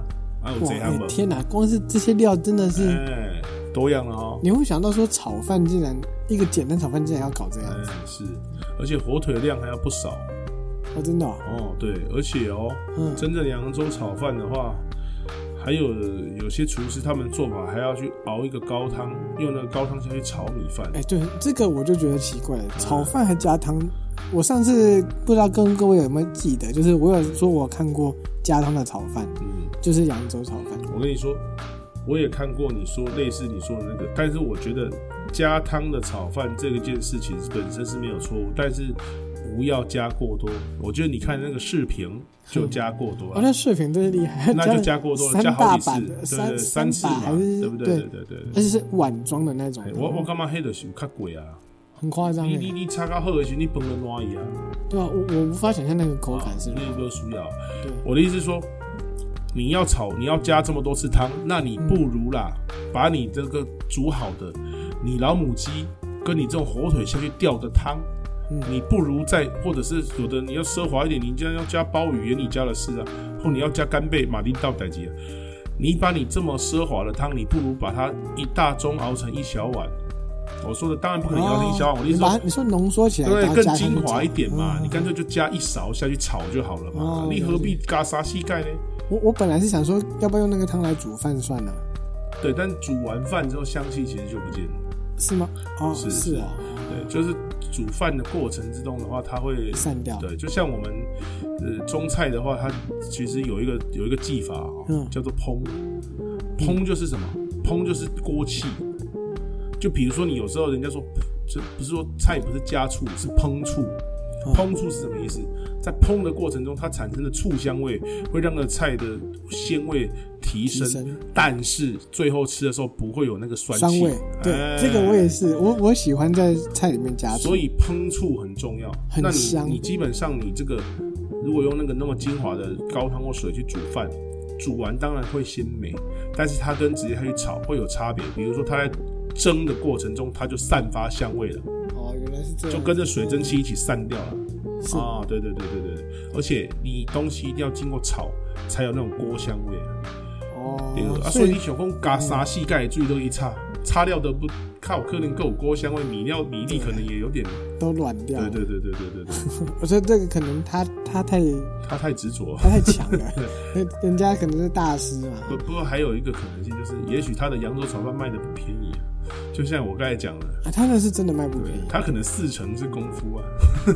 [SPEAKER 1] 啊，有
[SPEAKER 2] 哇，
[SPEAKER 1] 这样吗
[SPEAKER 2] 哎？天哪，光是这些料真的是，
[SPEAKER 1] 哎，多样了哦。
[SPEAKER 2] 你会想到说炒饭竟然一个简单炒饭竟然要搞这样
[SPEAKER 1] 嗯
[SPEAKER 2] 子，，
[SPEAKER 1] 是，而且火腿量还要不少
[SPEAKER 2] 哦，真的哦，
[SPEAKER 1] 哦。对，而且哦，
[SPEAKER 2] 嗯
[SPEAKER 1] 真正扬州炒饭的话，还有有些厨师他们做法还要去熬一个高汤，用那个高汤下去炒米饭。
[SPEAKER 2] 哎，对，这个我就觉得奇怪了，炒饭还加汤。我上次不知道跟各位有没有记得，就是我有说我看过加汤的炒饭，
[SPEAKER 1] 嗯，
[SPEAKER 2] 就是扬州炒饭。
[SPEAKER 1] 我跟你说，我也看过你说类似你说的那个，但是我觉得加汤的炒饭这个件事情本身是没有错误，但是不要加过多。我觉得你看那个视频就加过多
[SPEAKER 2] 哦，
[SPEAKER 1] 了。
[SPEAKER 2] 那视频真是厉害，
[SPEAKER 1] 那就
[SPEAKER 2] 了
[SPEAKER 1] 加过多了，
[SPEAKER 2] 三
[SPEAKER 1] 加
[SPEAKER 2] 大
[SPEAKER 1] 好几次
[SPEAKER 2] 版的，，
[SPEAKER 1] 对对对，
[SPEAKER 2] 三
[SPEAKER 1] 三次
[SPEAKER 2] 把
[SPEAKER 1] 嘛，
[SPEAKER 2] 还是
[SPEAKER 1] 对不对？对对对对
[SPEAKER 2] 而且是碗装的那种
[SPEAKER 1] 哎，我我感觉迄就是有较贵啊！
[SPEAKER 2] 很夸张
[SPEAKER 1] 你
[SPEAKER 2] 哎，
[SPEAKER 1] 你你炒到好的时候，你崩个烂伊啊！
[SPEAKER 2] 对啊，我我无法想象那个口感是
[SPEAKER 1] 你有
[SPEAKER 2] 如何。
[SPEAKER 1] 没有需要？
[SPEAKER 2] 对
[SPEAKER 1] 我的意思是说，你要炒，你要加这么多次汤，那你不如啦，
[SPEAKER 2] 嗯
[SPEAKER 1] 把你这个煮好的，你老母鸡跟你这种火腿下去吊的汤，
[SPEAKER 2] 嗯
[SPEAKER 1] 你不如再或者是有的你要奢华一点，你既然要加鲍鱼，也你加了是啊，或你要加干贝、马丁道代鸡啊。你把你这么奢华的汤，你不如把它一大盅熬成一小碗。我说的当然不可能熬成一小碗，我的意
[SPEAKER 2] 哦你
[SPEAKER 1] 思说
[SPEAKER 2] 把它你说浓缩起来，
[SPEAKER 1] 对
[SPEAKER 2] 把，它
[SPEAKER 1] 更
[SPEAKER 2] 加上
[SPEAKER 1] 精
[SPEAKER 2] 去
[SPEAKER 1] 华
[SPEAKER 2] 炒
[SPEAKER 1] 一点嘛，
[SPEAKER 2] 嗯
[SPEAKER 1] 你干脆就加一勺下去炒就好了嘛
[SPEAKER 2] 哦，
[SPEAKER 1] 你何必嘎啥膝盖呢？
[SPEAKER 2] 我我本来是想说，要不要用那个汤来煮饭算了，
[SPEAKER 1] 对，但煮完饭之后香气其实就不见了。
[SPEAKER 2] 是吗？哦，
[SPEAKER 1] 是
[SPEAKER 2] 是啊，
[SPEAKER 1] 对，就是煮饭的过程之中的话，它会
[SPEAKER 2] 散掉。
[SPEAKER 1] 对，就像我们呃中菜的话，它其实有一个有一个技法哦
[SPEAKER 2] 嗯
[SPEAKER 1] 叫做烹。烹就是什么？烹就是锅气。就比如说你有时候人家说，这不是说菜不是加醋，是烹醋。
[SPEAKER 2] 哦
[SPEAKER 1] 烹出是什么意思？在烹的过程中，它产生的醋香味会让那个菜的鲜味提
[SPEAKER 2] 提
[SPEAKER 1] 升，
[SPEAKER 2] 升
[SPEAKER 1] 但是最后吃的时候不会有那个酸
[SPEAKER 2] 酸
[SPEAKER 1] 气。
[SPEAKER 2] 味。对，
[SPEAKER 1] 哎
[SPEAKER 2] 这个我也是，我我喜欢在菜里面加醋
[SPEAKER 1] 啊所。以烹醋很重要。
[SPEAKER 2] 很
[SPEAKER 1] 那
[SPEAKER 2] 香
[SPEAKER 1] 你你基本上你这个如果用那个那么精华的高汤或水去煮饭，煮完当然会鲜美，但是它跟直接下去炒会有差别。比如说它在蒸的过程中，它就散发香味了，
[SPEAKER 2] 哦，原来是这样，哦
[SPEAKER 1] 就跟着水蒸气一起散掉了。
[SPEAKER 2] 是
[SPEAKER 1] 啊，对对对对对，对而且你东西一定要经过炒，才有那种锅香味啊。对
[SPEAKER 2] 哦，
[SPEAKER 1] 啊，
[SPEAKER 2] 所
[SPEAKER 1] 所以你
[SPEAKER 2] 以
[SPEAKER 1] 想讲加啥细盖最都一擦，擦掉的不靠可能够有锅香味，米料米粒可能也有点。
[SPEAKER 2] 都软掉
[SPEAKER 1] 对
[SPEAKER 2] 了。
[SPEAKER 1] 对对对对对对。
[SPEAKER 2] 我说这个可能他他太
[SPEAKER 1] 他太执着。
[SPEAKER 2] 他太强 了，人人家可能是大师嘛。
[SPEAKER 1] 不不过还有一个可能性就是，也许他的扬州炒饭卖的不便宜、啊，就像我刚才讲的，
[SPEAKER 2] 啊，他那是真的卖不 便宜，
[SPEAKER 1] 他可能四成是功夫啊，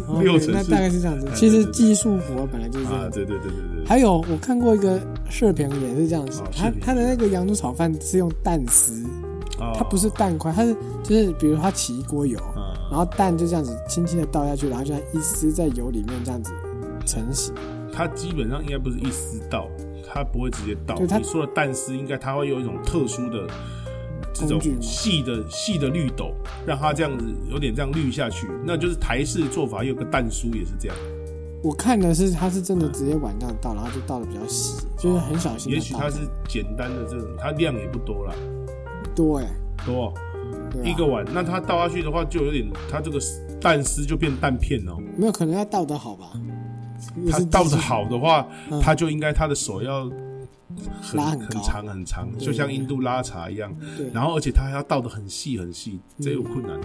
[SPEAKER 2] 哦
[SPEAKER 1] 六成
[SPEAKER 2] 那
[SPEAKER 1] 是
[SPEAKER 2] 大概是这样子
[SPEAKER 1] 哎。对
[SPEAKER 2] 其实
[SPEAKER 1] 对对
[SPEAKER 2] 技术活本来就是这
[SPEAKER 1] 啊，
[SPEAKER 2] 样子。
[SPEAKER 1] 对对对对对，
[SPEAKER 2] 还有我看过一个视频也是这样子
[SPEAKER 1] 哦，
[SPEAKER 2] 他
[SPEAKER 1] 视频
[SPEAKER 2] 他的那个扬州炒饭是用蛋丝，
[SPEAKER 1] 啊，
[SPEAKER 2] 它不是蛋块，它是就是比如他起一锅油，
[SPEAKER 1] 啊，
[SPEAKER 2] 然后蛋就这样子轻轻的倒下去，然后这样一丝在油里面这样子成型。
[SPEAKER 1] 他基本上应该不是一丝到，他不会直接到。
[SPEAKER 2] 对他
[SPEAKER 1] 你说的蛋丝，应该他会有一种特殊的这种
[SPEAKER 2] 工具吗
[SPEAKER 1] 细的细的绿豆，让它这样子有点这样滤下去，那就是台式做法，有个蛋酥也是这样。
[SPEAKER 2] 我看的是他是真的直接碗这样倒，然后就倒的比较细，就是很小心
[SPEAKER 1] 也
[SPEAKER 2] 的
[SPEAKER 1] 许
[SPEAKER 2] 倒
[SPEAKER 1] 它。是简单的这种，它量也不多啦，
[SPEAKER 2] 对，哎
[SPEAKER 1] 多哦、
[SPEAKER 2] 对吧啊
[SPEAKER 1] 一个碗，那它倒下去的话，就有点，它这个蛋丝就变蛋片哦。
[SPEAKER 2] 没有可能要倒的好吧？也
[SPEAKER 1] 它
[SPEAKER 2] 是
[SPEAKER 1] 倒
[SPEAKER 2] 技
[SPEAKER 1] 的
[SPEAKER 2] 术
[SPEAKER 1] 好的话
[SPEAKER 2] 嗯，
[SPEAKER 1] 它就应该它的手要很
[SPEAKER 2] 拉很
[SPEAKER 1] 很
[SPEAKER 2] 高
[SPEAKER 1] 长很长，就像印度拉茶一样。
[SPEAKER 2] 对嗯
[SPEAKER 1] 然后，而且它还要倒的很细很细，这有困难。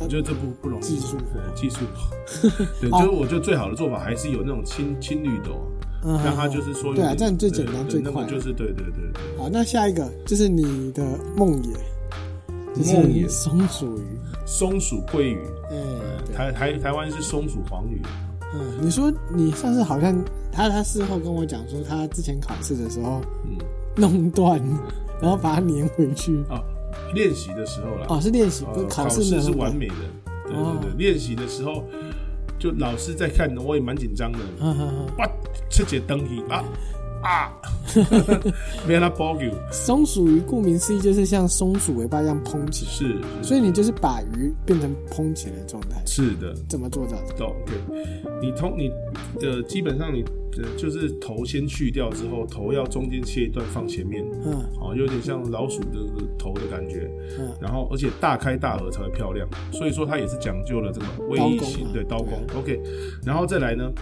[SPEAKER 1] 我觉得这不不容易，
[SPEAKER 2] 技术哦活
[SPEAKER 1] 对技 术活。对，就是我觉得最好的做法还是有那种青青绿豆，
[SPEAKER 2] 嗯
[SPEAKER 1] 让它就是说有
[SPEAKER 2] 对啊
[SPEAKER 1] 点
[SPEAKER 2] 这样最简单
[SPEAKER 1] 对
[SPEAKER 2] 最
[SPEAKER 1] 那个
[SPEAKER 2] 快
[SPEAKER 1] 就是对对对对。
[SPEAKER 2] 好，那下一个就是你的梦野，就是
[SPEAKER 1] 梦野
[SPEAKER 2] 松鼠鱼，
[SPEAKER 1] 松鼠桂鱼，
[SPEAKER 2] 哎、对，
[SPEAKER 1] 台台台湾是松鼠黄鱼。
[SPEAKER 2] 嗯，你说你上次好像他他事后跟我讲说，他之前考试的时候
[SPEAKER 1] 嗯，
[SPEAKER 2] 弄断，然后把它粘回去。
[SPEAKER 1] 啊，练习的时候啦。
[SPEAKER 2] 哦，是练习，
[SPEAKER 1] 呃
[SPEAKER 2] 不是考试
[SPEAKER 1] 试
[SPEAKER 2] 呢？
[SPEAKER 1] 是完美的，对
[SPEAKER 2] 哦
[SPEAKER 1] 对对，练习的时候就老师在看的，我也蛮紧张的。
[SPEAKER 2] 呵呵呵。
[SPEAKER 1] 哇，这节灯戏啊啊， 没让他包给我
[SPEAKER 2] 松鼠鱼顾名思义就是像松鼠尾巴一样蓬起来，
[SPEAKER 1] 是，
[SPEAKER 2] 所以你就是把鱼变成蓬起来的状态。
[SPEAKER 1] 是的，
[SPEAKER 2] 怎么做到的？
[SPEAKER 1] 懂对。你通你呃，基本上你呃就是头先去掉之后，头要中间切一段放前面，
[SPEAKER 2] 嗯
[SPEAKER 1] 哦，有点像老鼠的头的感觉。
[SPEAKER 2] 嗯，
[SPEAKER 1] 然后而且大开大合才会漂亮，所以说它也是讲究了这个微
[SPEAKER 2] 刀工啊
[SPEAKER 1] 型对刀工
[SPEAKER 2] 对。
[SPEAKER 1] OK，然后再来呢，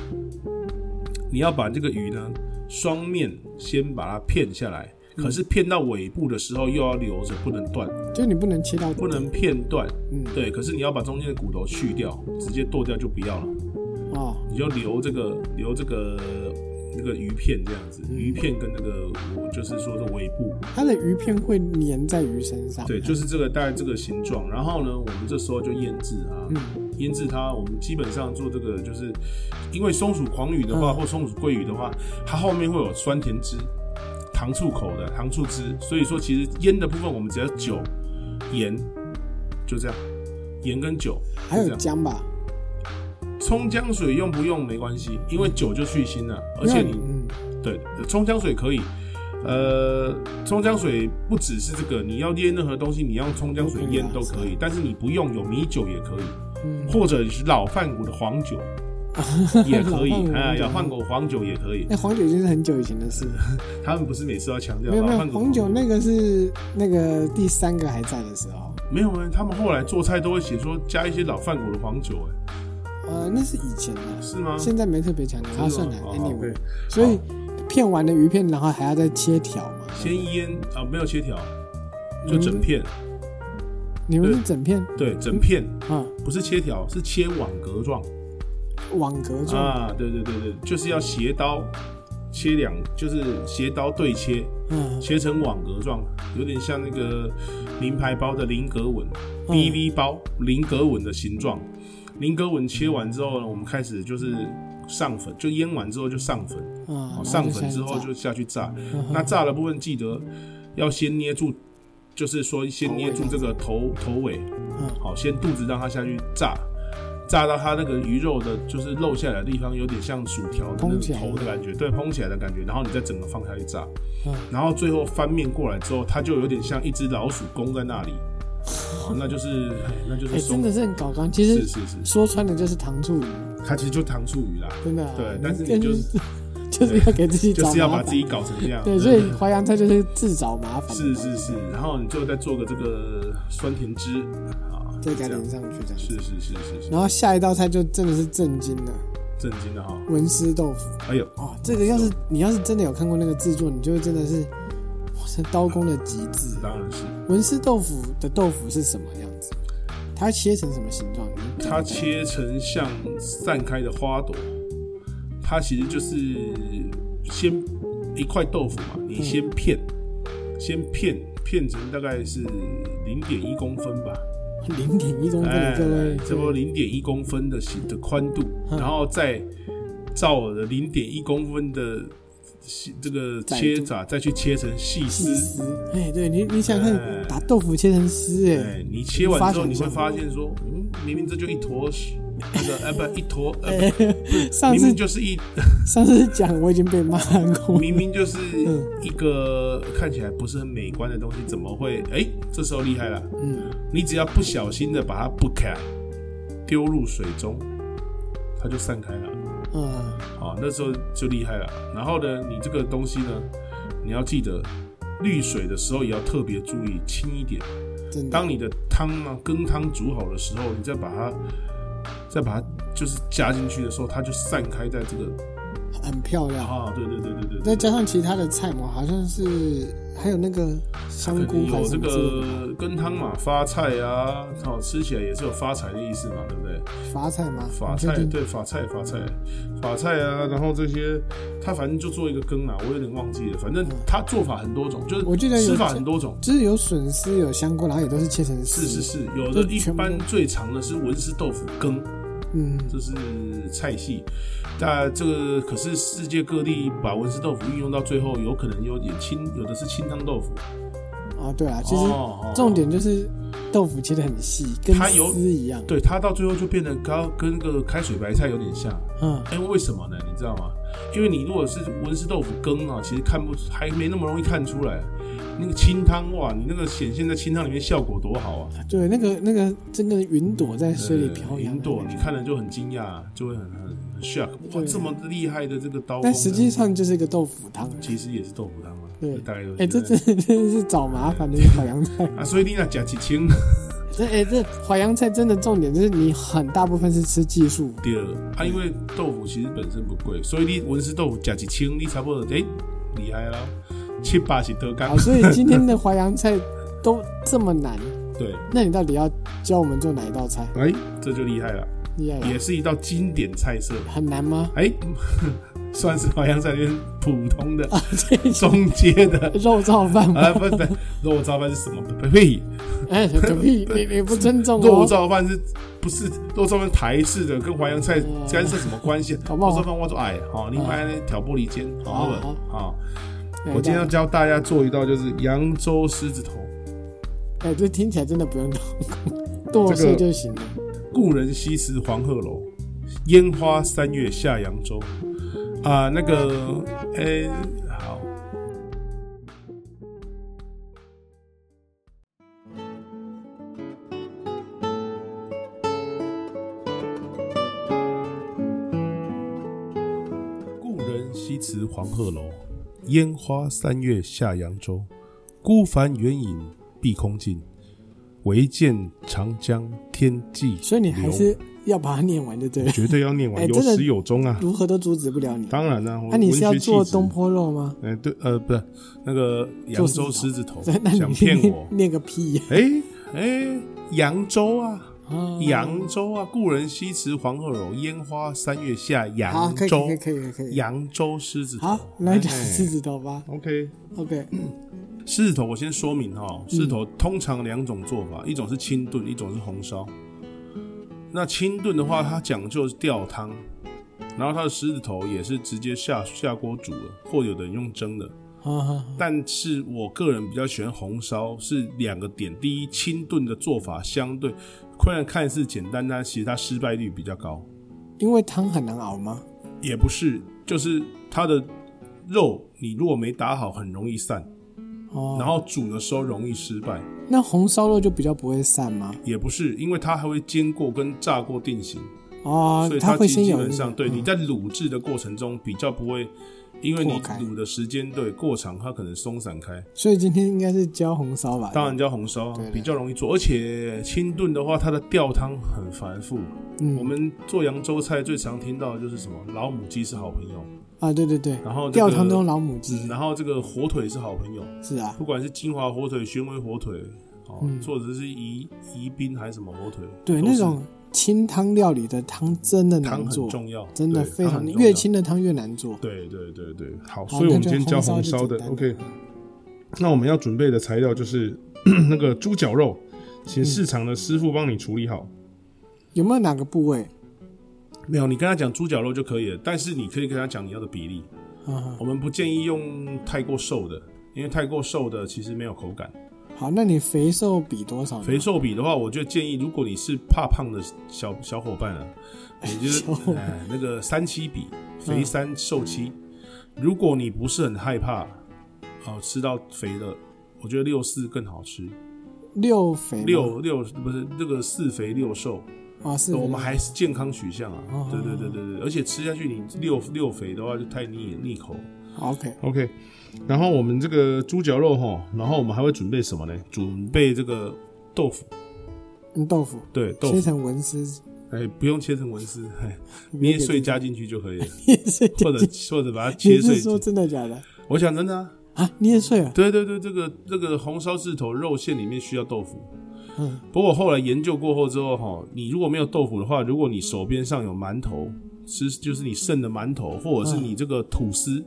[SPEAKER 1] 你要把这个鱼呢双面先把它片下来，
[SPEAKER 2] 嗯
[SPEAKER 1] 可是片到尾部的时候又要留着，不能断，
[SPEAKER 2] 就你不能切到底
[SPEAKER 1] 不能片断。
[SPEAKER 2] 嗯
[SPEAKER 1] 对，可是你要把中间的骨头去掉，直接剁掉就不要了，
[SPEAKER 2] 哦，
[SPEAKER 1] 你就留这个留这个。那个鱼片这样子，
[SPEAKER 2] 嗯
[SPEAKER 1] 鱼片跟那个我就是说的尾部，
[SPEAKER 2] 它的鱼片会粘在鱼身上。
[SPEAKER 1] 对，就是这个大概这个形状。然后呢，我们这时候就腌制啊，
[SPEAKER 2] 嗯
[SPEAKER 1] 腌制它，我们基本上做这个就是，因为松鼠狂语的话，
[SPEAKER 2] 嗯
[SPEAKER 1] 或松鼠桂鱼的话，它后面会有酸甜汁、糖醋口的糖醋汁，所以说其实腌的部分我们只要酒、盐，就这样，盐跟酒，
[SPEAKER 2] 还
[SPEAKER 1] 就
[SPEAKER 2] 有
[SPEAKER 1] 这样。
[SPEAKER 2] 姜吧，
[SPEAKER 1] 葱姜水用不用没关系，因为酒就去腥了，而
[SPEAKER 2] 因
[SPEAKER 1] 且
[SPEAKER 2] 为
[SPEAKER 1] 你
[SPEAKER 2] 嗯
[SPEAKER 1] 对，葱姜水可以。呃，葱姜水不只是这个，你要腌任何东西，你要用葱姜水
[SPEAKER 2] 都可以啊
[SPEAKER 1] 腌都可
[SPEAKER 2] 是
[SPEAKER 1] 以，但是你不用有米酒也可以，
[SPEAKER 2] 嗯，
[SPEAKER 1] 或者是老饭骨的黄 酒也可以
[SPEAKER 2] 老饭骨，
[SPEAKER 1] 哎，
[SPEAKER 2] 黄酒
[SPEAKER 1] 老饭骨黄酒也可以。
[SPEAKER 2] 那黄酒已经是很久以前的事，
[SPEAKER 1] 他们不是每次要强调
[SPEAKER 2] 没有
[SPEAKER 1] 啊老
[SPEAKER 2] 没有
[SPEAKER 1] 饭，骨
[SPEAKER 2] 黄酒那个是那个第三个还在的时候，
[SPEAKER 1] 没有哎，他们后来做菜都会写说加一些老饭骨的黄酒，哎，
[SPEAKER 2] 呃，那是以前的，
[SPEAKER 1] 是吗？
[SPEAKER 2] 现在没特别强调，它算了
[SPEAKER 1] 哦
[SPEAKER 2] 啊，anyway，
[SPEAKER 1] 对
[SPEAKER 2] 所以片完的鱼片，然后还要再切条嘛，
[SPEAKER 1] 先腌啊，没有切条，就
[SPEAKER 2] 嗯
[SPEAKER 1] 整片，
[SPEAKER 2] 你们是
[SPEAKER 1] 对
[SPEAKER 2] 整片
[SPEAKER 1] 对，整片
[SPEAKER 2] 啊，
[SPEAKER 1] 不是切条，是切网格状。
[SPEAKER 2] 网格状，
[SPEAKER 1] 啊，对对对对，就是要斜刀切两，就是斜刀对切，
[SPEAKER 2] 嗯，
[SPEAKER 1] 切成网格状，有点像那个名牌包的菱格纹
[SPEAKER 2] 嗯
[SPEAKER 1] ，BV 包菱格纹的形状。菱格纹切完之后呢，我们开始就是上粉，就腌完之后就上粉，
[SPEAKER 2] 啊，然
[SPEAKER 1] 哦上
[SPEAKER 2] 后就
[SPEAKER 1] 粉
[SPEAKER 2] 下去
[SPEAKER 1] 之后
[SPEAKER 2] 炸
[SPEAKER 1] 就下去炸。
[SPEAKER 2] 嗯哼
[SPEAKER 1] 那炸的部分记得要先捏住，就是说先捏住这个头头尾，
[SPEAKER 2] 嗯
[SPEAKER 1] 好，先肚子让它下去炸，炸到它那个鱼肉的，就是漏下来的地方，有点像薯条的那
[SPEAKER 2] 蓬起
[SPEAKER 1] 个
[SPEAKER 2] 来
[SPEAKER 1] 头的感觉，对，蓬起来的感觉。然后你再整个放下去炸，
[SPEAKER 2] 嗯
[SPEAKER 1] 然后最后翻面过来之后，它就有点像一只老鼠弓在那里，哦那就是哎那就
[SPEAKER 2] 哎、
[SPEAKER 1] 是松
[SPEAKER 2] 真，的是很搞纲。其
[SPEAKER 1] 是
[SPEAKER 2] 实
[SPEAKER 1] 是是，
[SPEAKER 2] 说穿了就是糖醋鱼，
[SPEAKER 1] 它其实就糖醋鱼啦，
[SPEAKER 2] 真的啊、
[SPEAKER 1] 对，但是
[SPEAKER 2] 跟
[SPEAKER 1] 你 就是
[SPEAKER 2] 就是要给自己
[SPEAKER 1] 就
[SPEAKER 2] 找
[SPEAKER 1] 是要
[SPEAKER 2] 麻
[SPEAKER 1] 把
[SPEAKER 2] 烦。
[SPEAKER 1] 自己搞成这样，
[SPEAKER 2] 对，所以淮扬菜就是自找麻烦。
[SPEAKER 1] 是是是，然后你就再做个这个酸甜汁啊，这
[SPEAKER 2] 再加
[SPEAKER 1] 样
[SPEAKER 2] 点上去这样。
[SPEAKER 1] 是是是是是，
[SPEAKER 2] 然后下一道菜就真的是震惊了，
[SPEAKER 1] 震惊的哈，
[SPEAKER 2] 文思豆腐。
[SPEAKER 1] 哎呦，
[SPEAKER 2] 哇，哦这个要是你要是真的有看过那个制作，你就会真的是，哇，这刀工的极致。
[SPEAKER 1] 当然是
[SPEAKER 2] 文思豆腐的豆腐是什么样子？它切成什么形状？你看
[SPEAKER 1] 它切成像散开的花朵，它其实就是先一块豆腐嘛，你先片，先片片成大概是零点一公分吧，
[SPEAKER 2] 零点
[SPEAKER 1] 哎
[SPEAKER 2] 一公分的各位，
[SPEAKER 1] 差不多零点一公分的形的宽度，然后再照我的零点一公分的细这个
[SPEAKER 2] 再
[SPEAKER 1] 切
[SPEAKER 2] 度
[SPEAKER 1] 法再去切成细
[SPEAKER 2] 细
[SPEAKER 1] 丝。
[SPEAKER 2] 丝。哎，对你，你想看
[SPEAKER 1] 哎
[SPEAKER 2] 把豆腐切成丝，哎，
[SPEAKER 1] 哎，你切完之后
[SPEAKER 2] 无法想
[SPEAKER 1] 你会
[SPEAKER 2] 象
[SPEAKER 1] 发现说，嗯，明明这就一坨屎，那个哎 不一坨，呃不
[SPEAKER 2] 上
[SPEAKER 1] 明
[SPEAKER 2] 次
[SPEAKER 1] 明就是一，
[SPEAKER 2] 上次讲我已经被骂过，
[SPEAKER 1] 明明 就是一个看起来不是很美观的东西，怎么会？哎，这时候厉害了，
[SPEAKER 2] 嗯，
[SPEAKER 1] 你只要不小心的把它不开，丢入水中，它就散开了。
[SPEAKER 2] 嗯，
[SPEAKER 1] 啊，那时候就厉害了。然后呢，你这个东西呢，你要记得滤水的时候也要特别注意，轻一点。
[SPEAKER 2] 真的
[SPEAKER 1] 当你的汤啊羹汤煮好的时候，你再把它再把它就是加进去的时候，它就散开在这个
[SPEAKER 2] 很漂亮。
[SPEAKER 1] 啊，对对对对对
[SPEAKER 2] 再
[SPEAKER 1] 对，
[SPEAKER 2] 加上其他的菜嘛，好像是还有那个香
[SPEAKER 1] 可
[SPEAKER 2] 菇
[SPEAKER 1] 能
[SPEAKER 2] 还
[SPEAKER 1] 有
[SPEAKER 2] 是
[SPEAKER 1] 这
[SPEAKER 2] 什么之类的
[SPEAKER 1] 个羹汤嘛，发菜啊，哦，吃起来也是有发财的意思嘛，对不对？
[SPEAKER 2] 法菜吗？
[SPEAKER 1] 法
[SPEAKER 2] 你确
[SPEAKER 1] 菜
[SPEAKER 2] 定
[SPEAKER 1] 对法菜法菜法菜啊，然后这些他反正就做一个羹啦，我有点忘记了，反正他做法很多种，就是
[SPEAKER 2] 我记得有
[SPEAKER 1] 吃法很多种。
[SPEAKER 2] 就是有笋丝，有香菇，然后也都是切成丝。
[SPEAKER 1] 是是是，有的
[SPEAKER 2] 就
[SPEAKER 1] 一
[SPEAKER 2] 全部
[SPEAKER 1] 般
[SPEAKER 2] 都
[SPEAKER 1] 最长的是文思豆腐羹，
[SPEAKER 2] 嗯，
[SPEAKER 1] 这是菜系。但这个可是世界各地把文思豆腐运用到最后，有可能有点清，有的是清汤豆腐。
[SPEAKER 2] 啊，对啊，其实
[SPEAKER 1] 哦哦
[SPEAKER 2] 重点就是豆腐切的很细，跟
[SPEAKER 1] 它有
[SPEAKER 2] 丝一样。
[SPEAKER 1] 对它到最后就变得跟跟那个开水白菜有点像。
[SPEAKER 2] 嗯，
[SPEAKER 1] 哎、为什么呢？你知道吗？因为你如果是文氏豆腐羹啊，其实看不还没那么容易看出来。那个清汤哇，你那个显现在清汤里面效果多好啊！
[SPEAKER 2] 对，那个那个真的云朵在水里飘
[SPEAKER 1] 呃
[SPEAKER 2] 扬。啊
[SPEAKER 1] 云朵，你看了就很惊讶，就会很很很 shock，哇，
[SPEAKER 2] 嗯对
[SPEAKER 1] 这么厉害的这个刀工
[SPEAKER 2] 但
[SPEAKER 1] 呢，
[SPEAKER 2] 实际上就是一个豆腐汤。
[SPEAKER 1] 其实也是豆腐汤啊，
[SPEAKER 2] 对
[SPEAKER 1] 就大概有
[SPEAKER 2] 哎、这真的真的是找麻烦的一个淮扬菜。
[SPEAKER 1] 啊，所以你那假几清
[SPEAKER 2] 这哎、这淮扬菜真的重点就是你很大部分是吃技术，
[SPEAKER 1] 第二啊，因为豆腐其实本身不贵，所以你文氏豆腐假几清，你差不多哎厉害了，七八十得
[SPEAKER 2] 啊，
[SPEAKER 1] 刚
[SPEAKER 2] 所以今天的淮扬菜都这么难，
[SPEAKER 1] 对，
[SPEAKER 2] 那你到底要教我们做哪一道菜？
[SPEAKER 1] 哎，这就厉害了。
[SPEAKER 2] 厉害了，
[SPEAKER 1] 也是一道经典菜色。
[SPEAKER 2] 很难吗？
[SPEAKER 1] 哎、 算是淮扬菜里面普通的、
[SPEAKER 2] 这
[SPEAKER 1] 中阶的
[SPEAKER 2] 肉燥饭吗？
[SPEAKER 1] 啊，不不，肉燥饭是什么？呸，
[SPEAKER 2] 哎， 个屁，你你不尊重
[SPEAKER 1] 肉
[SPEAKER 2] 我，
[SPEAKER 1] 燥饭是不是肉燥饭台式的，跟淮扬菜干涉什么关系？
[SPEAKER 2] 哦搞
[SPEAKER 1] 肉
[SPEAKER 2] 不好哦
[SPEAKER 1] 燥饭我做哎，好，你买那挑拨离间，好不好？好，
[SPEAKER 2] 哎
[SPEAKER 1] 我今天要教大家做一道就是扬州狮子头，
[SPEAKER 2] 哎，这听起来真的不用 动，剁碎就行了。
[SPEAKER 1] 故人西辞黄鹤楼，烟花三月下扬州。啊、那个，哎、好。故人西辞黄鹤楼，烟花三月下扬州。孤帆远影碧空尽，唯见长江天际流。
[SPEAKER 2] 所以你还是要把它念完，对不对？
[SPEAKER 1] 绝对要念完，
[SPEAKER 2] 哎
[SPEAKER 1] 有
[SPEAKER 2] 真的
[SPEAKER 1] 始有终啊！
[SPEAKER 2] 如何都阻止不了你。
[SPEAKER 1] 当然啦、啊，我
[SPEAKER 2] 那你是要
[SPEAKER 1] 文学气
[SPEAKER 2] 做
[SPEAKER 1] 质
[SPEAKER 2] 东？坡肉吗？
[SPEAKER 1] 哎、对，呃，不是那个扬州狮子头，
[SPEAKER 2] 那
[SPEAKER 1] 想
[SPEAKER 2] 你？
[SPEAKER 1] 骗我
[SPEAKER 2] 念个屁呀！
[SPEAKER 1] 哎哎、扬州啊，
[SPEAKER 2] 啊
[SPEAKER 1] 扬州啊，故人西辞黄鹤楼，烟花三月下，
[SPEAKER 2] 好，
[SPEAKER 1] 扬
[SPEAKER 2] 可以
[SPEAKER 1] 州
[SPEAKER 2] 可以，可以可以。可以
[SPEAKER 1] 扬州狮子头。
[SPEAKER 2] 好，来讲
[SPEAKER 1] 哎
[SPEAKER 2] 狮子头吧。
[SPEAKER 1] OK，
[SPEAKER 2] OK，
[SPEAKER 1] 狮子头，我先说明哈，狮子头通常两种做法，一种是清炖，一种是红烧。那清炖的话，它讲究吊汤，然后它的狮子头也是直接下下锅煮了，或有的人用蒸的。
[SPEAKER 2] 啊嗯哼，
[SPEAKER 1] 但是我个人比较喜欢红烧，是两个点。第一，清炖的做法相对，虽然看似简单，但其实它失败率比较高。
[SPEAKER 2] 因为汤很难熬吗？
[SPEAKER 1] 也不是，就是它的肉你如果没打好，很容易散，
[SPEAKER 2] 哦，
[SPEAKER 1] 然后煮的时候容易失败。
[SPEAKER 2] 那红烧肉就比较不会散吗？
[SPEAKER 1] 也不是，因为它还会煎过跟炸过定型，
[SPEAKER 2] 哦
[SPEAKER 1] 所以，
[SPEAKER 2] 会
[SPEAKER 1] 基
[SPEAKER 2] 先
[SPEAKER 1] 基
[SPEAKER 2] 有
[SPEAKER 1] 本
[SPEAKER 2] 那
[SPEAKER 1] 上
[SPEAKER 2] 个
[SPEAKER 1] 对你
[SPEAKER 2] 嗯
[SPEAKER 1] 在卤制的过程中比较不会，因为你
[SPEAKER 2] 破开
[SPEAKER 1] 卤的时间对过长，它可能松散开。
[SPEAKER 2] 所以今天应该是教红烧吧？
[SPEAKER 1] 当然叫红烧啊
[SPEAKER 2] 对对
[SPEAKER 1] 比较容易做，而且清炖的话，它的吊汤很繁复。
[SPEAKER 2] 嗯，
[SPEAKER 1] 我们做扬州菜最常听到的就是什么老母鸡是好朋友，
[SPEAKER 2] 啊，对对对，
[SPEAKER 1] 然后这
[SPEAKER 2] 吊
[SPEAKER 1] 个
[SPEAKER 2] 汤都用老母鸡
[SPEAKER 1] 嗯，，然后这个火腿是好朋友，
[SPEAKER 2] 是啊，
[SPEAKER 1] 不管是金华火腿、宣威火腿，哦，
[SPEAKER 2] 嗯
[SPEAKER 1] 或者是宜宜宾还是什么火腿，
[SPEAKER 2] 对，
[SPEAKER 1] 都
[SPEAKER 2] 那
[SPEAKER 1] 是
[SPEAKER 2] 种清汤料理的汤真的难
[SPEAKER 1] 汤很
[SPEAKER 2] 做，
[SPEAKER 1] 重要，
[SPEAKER 2] 真的
[SPEAKER 1] 对
[SPEAKER 2] 非
[SPEAKER 1] 汤
[SPEAKER 2] 常
[SPEAKER 1] 很重
[SPEAKER 2] 越
[SPEAKER 1] 要
[SPEAKER 2] 清的汤越难做。
[SPEAKER 1] 对对对对，好，所
[SPEAKER 2] 好
[SPEAKER 1] 以我们
[SPEAKER 2] 那
[SPEAKER 1] 今
[SPEAKER 2] 就
[SPEAKER 1] 天教
[SPEAKER 2] 红
[SPEAKER 1] 红
[SPEAKER 2] 烧
[SPEAKER 1] 烧
[SPEAKER 2] 就
[SPEAKER 1] 的
[SPEAKER 2] 简单
[SPEAKER 1] ，OK。那我们要准备的材料就是 那个猪脚肉，请市场的师傅帮你处理好。
[SPEAKER 2] 有没有哪个部位？
[SPEAKER 1] 没有，你跟他讲猪脚肉就可以了，但是你可以跟他讲你要的比例。
[SPEAKER 2] 嗯，
[SPEAKER 1] 我们不建议用太过瘦的，因为太过瘦的其实没有口感。
[SPEAKER 2] 好，那你肥瘦比多少呢？
[SPEAKER 1] 肥瘦比的话，我就建议，如果你是怕胖的小小伙 伴啊，你就是
[SPEAKER 2] 小伙伴
[SPEAKER 1] 哎那个三七比，
[SPEAKER 2] 嗯
[SPEAKER 1] 肥三瘦七。如果你不是很害怕，呃，吃到肥的，我觉得六四更好吃。
[SPEAKER 2] 六肥吗
[SPEAKER 1] 六六不是那个四肥六瘦，
[SPEAKER 2] 哦，是
[SPEAKER 1] 我们
[SPEAKER 2] 肥
[SPEAKER 1] 还是健康取向啊
[SPEAKER 2] 哦。
[SPEAKER 1] 对对对对对，而且吃下去你六六肥的话就太腻腻口。
[SPEAKER 2] 好 OK，
[SPEAKER 1] OK，然后我们这个猪脚肉哈，然后我们还会准备什么呢？准备这个豆腐，
[SPEAKER 2] 嗯，豆腐
[SPEAKER 1] 对豆
[SPEAKER 2] 切
[SPEAKER 1] 腐，
[SPEAKER 2] 成文 丝，
[SPEAKER 1] 哎，不用切成纹丝， 哎，捏碎加进去就可以了，
[SPEAKER 2] 捏碎，
[SPEAKER 1] 或者或者把它
[SPEAKER 2] 你
[SPEAKER 1] 切
[SPEAKER 2] 是
[SPEAKER 1] 碎。
[SPEAKER 2] 说真的假的
[SPEAKER 1] 我想真的啊，
[SPEAKER 2] 啊？捏碎了，
[SPEAKER 1] 对对对，这个这个红烧狮头肉馅里面需要豆腐。
[SPEAKER 2] 嗯，
[SPEAKER 1] 不过我后来研究过后之后哈，你如果没有豆腐的话，如果你手边上有馒头，吃就是你剩的馒头，或者是你这个吐司，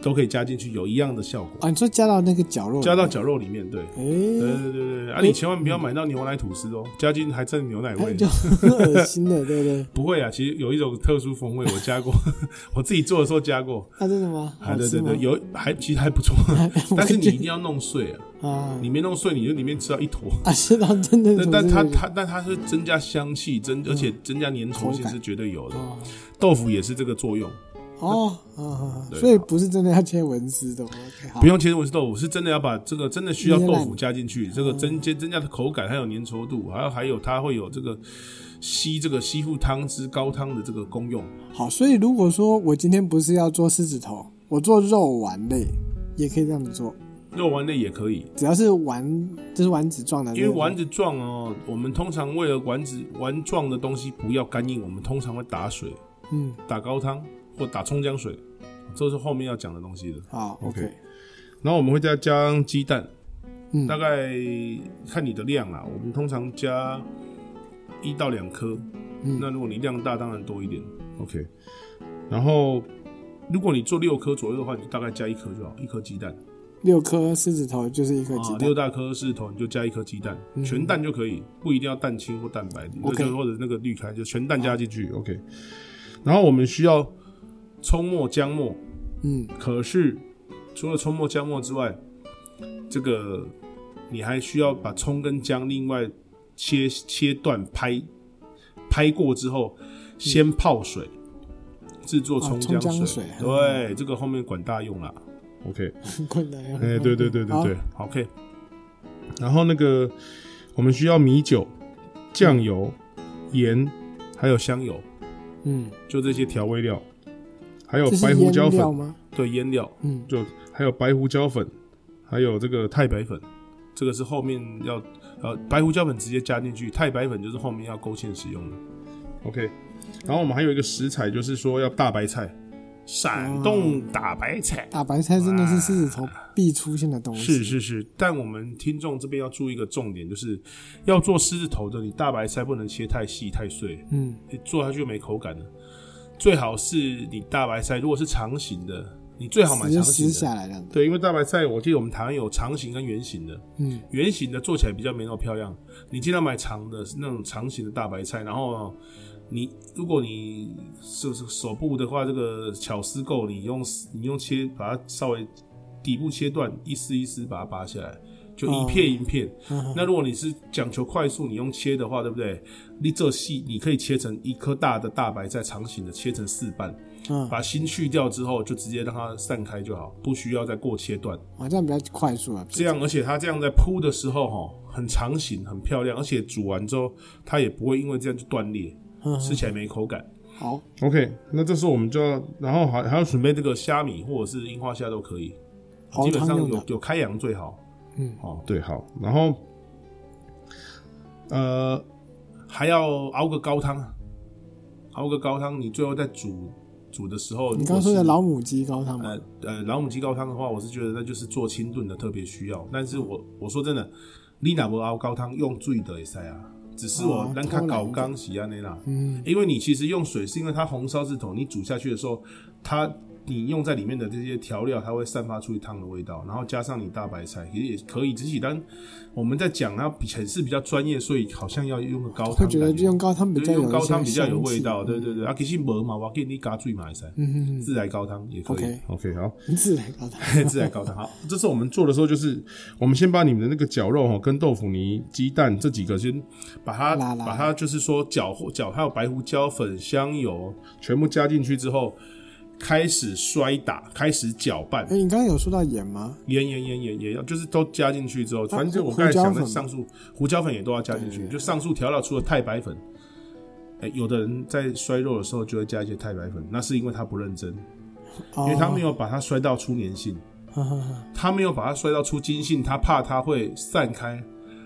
[SPEAKER 1] 都可以加进去，有一样的效果。
[SPEAKER 2] 啊，你说加到那个绞肉，
[SPEAKER 1] 加到，绞肉里面，对，对
[SPEAKER 2] 哎，
[SPEAKER 1] 对对对，啊，你千万不要买到牛奶吐司哦，加进还剩牛奶味
[SPEAKER 2] 哎。 就很恶心的，对不对？
[SPEAKER 1] 不会啊，其实有一种特殊风味，我加过， 我自己做的时候加过。
[SPEAKER 2] 啊，真的吗？
[SPEAKER 1] 啊，
[SPEAKER 2] 好
[SPEAKER 1] 对
[SPEAKER 2] 吃
[SPEAKER 1] 对
[SPEAKER 2] 吗
[SPEAKER 1] 对，？有还其实还不错， 但是你一定要弄碎啊，
[SPEAKER 2] 啊
[SPEAKER 1] 你没弄碎，你就里面吃到一 坨。
[SPEAKER 2] 啊，吃到真的
[SPEAKER 1] 但
[SPEAKER 2] 怎么
[SPEAKER 1] 但
[SPEAKER 2] 这
[SPEAKER 1] 它
[SPEAKER 2] 个
[SPEAKER 1] 它但它是嗯增加香气，增而且增加粘稠性
[SPEAKER 2] 口感
[SPEAKER 1] 是绝对有的。
[SPEAKER 2] 哦
[SPEAKER 1] 豆腐也是这个作用，
[SPEAKER 2] 哦，嗯，嗯
[SPEAKER 1] 对啊
[SPEAKER 2] 所以不是真的要切文丝的。OK，好
[SPEAKER 1] 不，用切成是豆腐，是真的要把这个真的需要
[SPEAKER 2] 捏
[SPEAKER 1] 豆
[SPEAKER 2] 烂
[SPEAKER 1] 腐加进去，这个增加增加的口感还有粘稠度，还有还有它会有这个吸这个吸附汤汁高汤的这个功用。
[SPEAKER 2] 好，所以如果说我今天不是要做狮子头，我做肉丸类也可以这样子做，
[SPEAKER 1] 肉丸类也可以，
[SPEAKER 2] 只要是丸，就是丸子状的，
[SPEAKER 1] 因为丸子状哦，我们通常为了丸子丸状的东西不要干硬，我们通常会打水、
[SPEAKER 2] 嗯，
[SPEAKER 1] 打高汤或打葱姜水，这是后面要讲的东西的。
[SPEAKER 2] 好
[SPEAKER 1] OK
[SPEAKER 2] ，OK，
[SPEAKER 1] 然后我们会再加鸡蛋，
[SPEAKER 2] 嗯
[SPEAKER 1] 大概看你的量啦，我们通常加一到两颗。
[SPEAKER 2] 嗯
[SPEAKER 1] 那如果你量大，当然多一点。OK，然后如果你做六颗左右的话，你就大概加一颗就好，一颗鸡蛋。
[SPEAKER 2] 六颗狮子头就是一颗鸡
[SPEAKER 1] 啊，
[SPEAKER 2] 蛋
[SPEAKER 1] 六，大颗狮头你就加一颗鸡蛋，
[SPEAKER 2] 嗯
[SPEAKER 1] 全蛋就可以，不一定要蛋清或蛋白，
[SPEAKER 2] OK
[SPEAKER 1] 就是或者那个绿开，就全蛋加进去。OK，然后我们需要葱末、姜末，
[SPEAKER 2] 嗯，
[SPEAKER 1] 可是除了葱末、姜末之外，这个你还需要把葱跟姜另外切切断拍拍过之后，先泡水，制作
[SPEAKER 2] 嗯哦
[SPEAKER 1] 葱姜
[SPEAKER 2] 葱姜
[SPEAKER 1] 水。
[SPEAKER 2] 水
[SPEAKER 1] 对，这个后面管大用啦。OK，
[SPEAKER 2] 很困难 呀。
[SPEAKER 1] 哎、对对对对
[SPEAKER 2] 嗯好
[SPEAKER 1] 对，好，OK。然后那个我们需要米酒、酱油、盐，还有香油，
[SPEAKER 2] 嗯，
[SPEAKER 1] 就这些调味料，还有
[SPEAKER 2] 这是
[SPEAKER 1] 白胡椒
[SPEAKER 2] 腌料
[SPEAKER 1] 粉，
[SPEAKER 2] 吗？
[SPEAKER 1] 对，腌料，
[SPEAKER 2] 嗯，
[SPEAKER 1] 就还有白胡椒粉，还有这个太白粉，这个是后面要呃白胡椒粉直接加进去，太白粉就是后面要勾芡使用的。OK，然后我们还有一个食材就是说要大白菜，
[SPEAKER 2] 哦
[SPEAKER 1] 闪动大白菜。
[SPEAKER 2] 大白菜真的是狮子头必出现的东西，
[SPEAKER 1] 是是是，但我们听众这边要注意一个重点，就是要做狮子头的，你大白菜不能切太细太碎，
[SPEAKER 2] 嗯，
[SPEAKER 1] 你做下去就没口感了。最好是你大白菜，如果是长形的，你最好买
[SPEAKER 2] 直
[SPEAKER 1] 长
[SPEAKER 2] 接
[SPEAKER 1] 形
[SPEAKER 2] 撕
[SPEAKER 1] 的。
[SPEAKER 2] 下来这样子，
[SPEAKER 1] 对，因为大白菜，我记得我们台湾有长形跟圆形的，
[SPEAKER 2] 嗯，
[SPEAKER 1] 圆形的做起来比较没那么漂亮。你尽量买长的，那种长形的大白菜，然后啊你如果你是不是手部的话，这个巧思够，你用你用切把它稍微底部切断，一丝一丝把它拔下来，就一片一片。
[SPEAKER 2] 嗯
[SPEAKER 1] 那如果你是讲求快速，你用切的话，对不对？你这细你可以切成一颗大的大白菜，长形的切成四瓣，
[SPEAKER 2] 嗯，
[SPEAKER 1] 把心去掉之后，就直接让它散开就好，不需要再过切断。
[SPEAKER 2] 啊，这样比较快速啊。
[SPEAKER 1] 这样，而且它这样在铺的时候，哈，很长形，很漂亮，而且煮完之后，它也不会因为这样就断裂，
[SPEAKER 2] 嗯
[SPEAKER 1] 吃起来没口感。
[SPEAKER 2] 好，
[SPEAKER 1] OK，那这时候我们就要，然后还还要准备这个虾米或者是樱花虾都可以，
[SPEAKER 2] 熬
[SPEAKER 1] 基本
[SPEAKER 2] 汤
[SPEAKER 1] 上
[SPEAKER 2] 用
[SPEAKER 1] 有
[SPEAKER 2] 的，
[SPEAKER 1] 有开阳最好。
[SPEAKER 2] 嗯，
[SPEAKER 1] 哦，对，好，然后呃还要熬个高汤，啊，熬个高汤，你最后在煮煮的时候，
[SPEAKER 2] 你
[SPEAKER 1] 如
[SPEAKER 2] 刚
[SPEAKER 1] 果
[SPEAKER 2] 刚说
[SPEAKER 1] 是
[SPEAKER 2] 的老母鸡高汤嘛，
[SPEAKER 1] 呃呃老母鸡高汤的话，我是觉得那就是做清炖的特别需要，但是我我说真的，你哪不熬高汤用醉的也塞啊，只是我
[SPEAKER 2] 哦
[SPEAKER 1] 咱看
[SPEAKER 2] 偷懒
[SPEAKER 1] 搞
[SPEAKER 2] 一点
[SPEAKER 1] 刚洗啊那啦。
[SPEAKER 2] 嗯
[SPEAKER 1] 因为你其实用水是因为它红烧是头，你煮下去的时候，它你用在里面的这些调料，它会散发出汤的味道，然后加上你大白菜，其实也可以。只是当我们在讲它显示比较专业，所以好像要用个高汤
[SPEAKER 2] 会
[SPEAKER 1] 感，
[SPEAKER 2] 觉得用高汤比
[SPEAKER 1] 对
[SPEAKER 2] 较有
[SPEAKER 1] 用高
[SPEAKER 2] 一些
[SPEAKER 1] 汤比较有
[SPEAKER 2] 香
[SPEAKER 1] 味
[SPEAKER 2] 气
[SPEAKER 1] 道，对对对。啊，其实没嘛，我给你加水嘛，噻，
[SPEAKER 2] 嗯哼
[SPEAKER 1] 自来高汤也可以。
[SPEAKER 2] OK
[SPEAKER 1] OK 好。
[SPEAKER 2] 哼，自来高汤，
[SPEAKER 1] 自然高汤。好，这次我们做的时候，就是我们先把你们的那个绞肉哈、跟豆腐泥、鸡蛋这几个先把它
[SPEAKER 2] 拉拉
[SPEAKER 1] 把它就是说搅和搅，还有白胡椒粉、香油全部加进去之后，开始摔打，开始搅拌
[SPEAKER 2] 哎，，你刚刚有说到盐吗？
[SPEAKER 1] 盐盐盐盐也要，就是都加进去之后，
[SPEAKER 2] 那
[SPEAKER 1] 反正就我
[SPEAKER 2] 啊胡
[SPEAKER 1] 刚才
[SPEAKER 2] 椒
[SPEAKER 1] 讲的
[SPEAKER 2] 粉
[SPEAKER 1] 上述胡椒粉也都要加进去，就上述调料除了太白粉。哎、有的人在摔肉的时候就会加一些太白粉，那是因为他不认真，因
[SPEAKER 2] 因哦
[SPEAKER 1] 为他没有把它摔到出粘性。他没有把它摔到出筋性，他怕它会散开，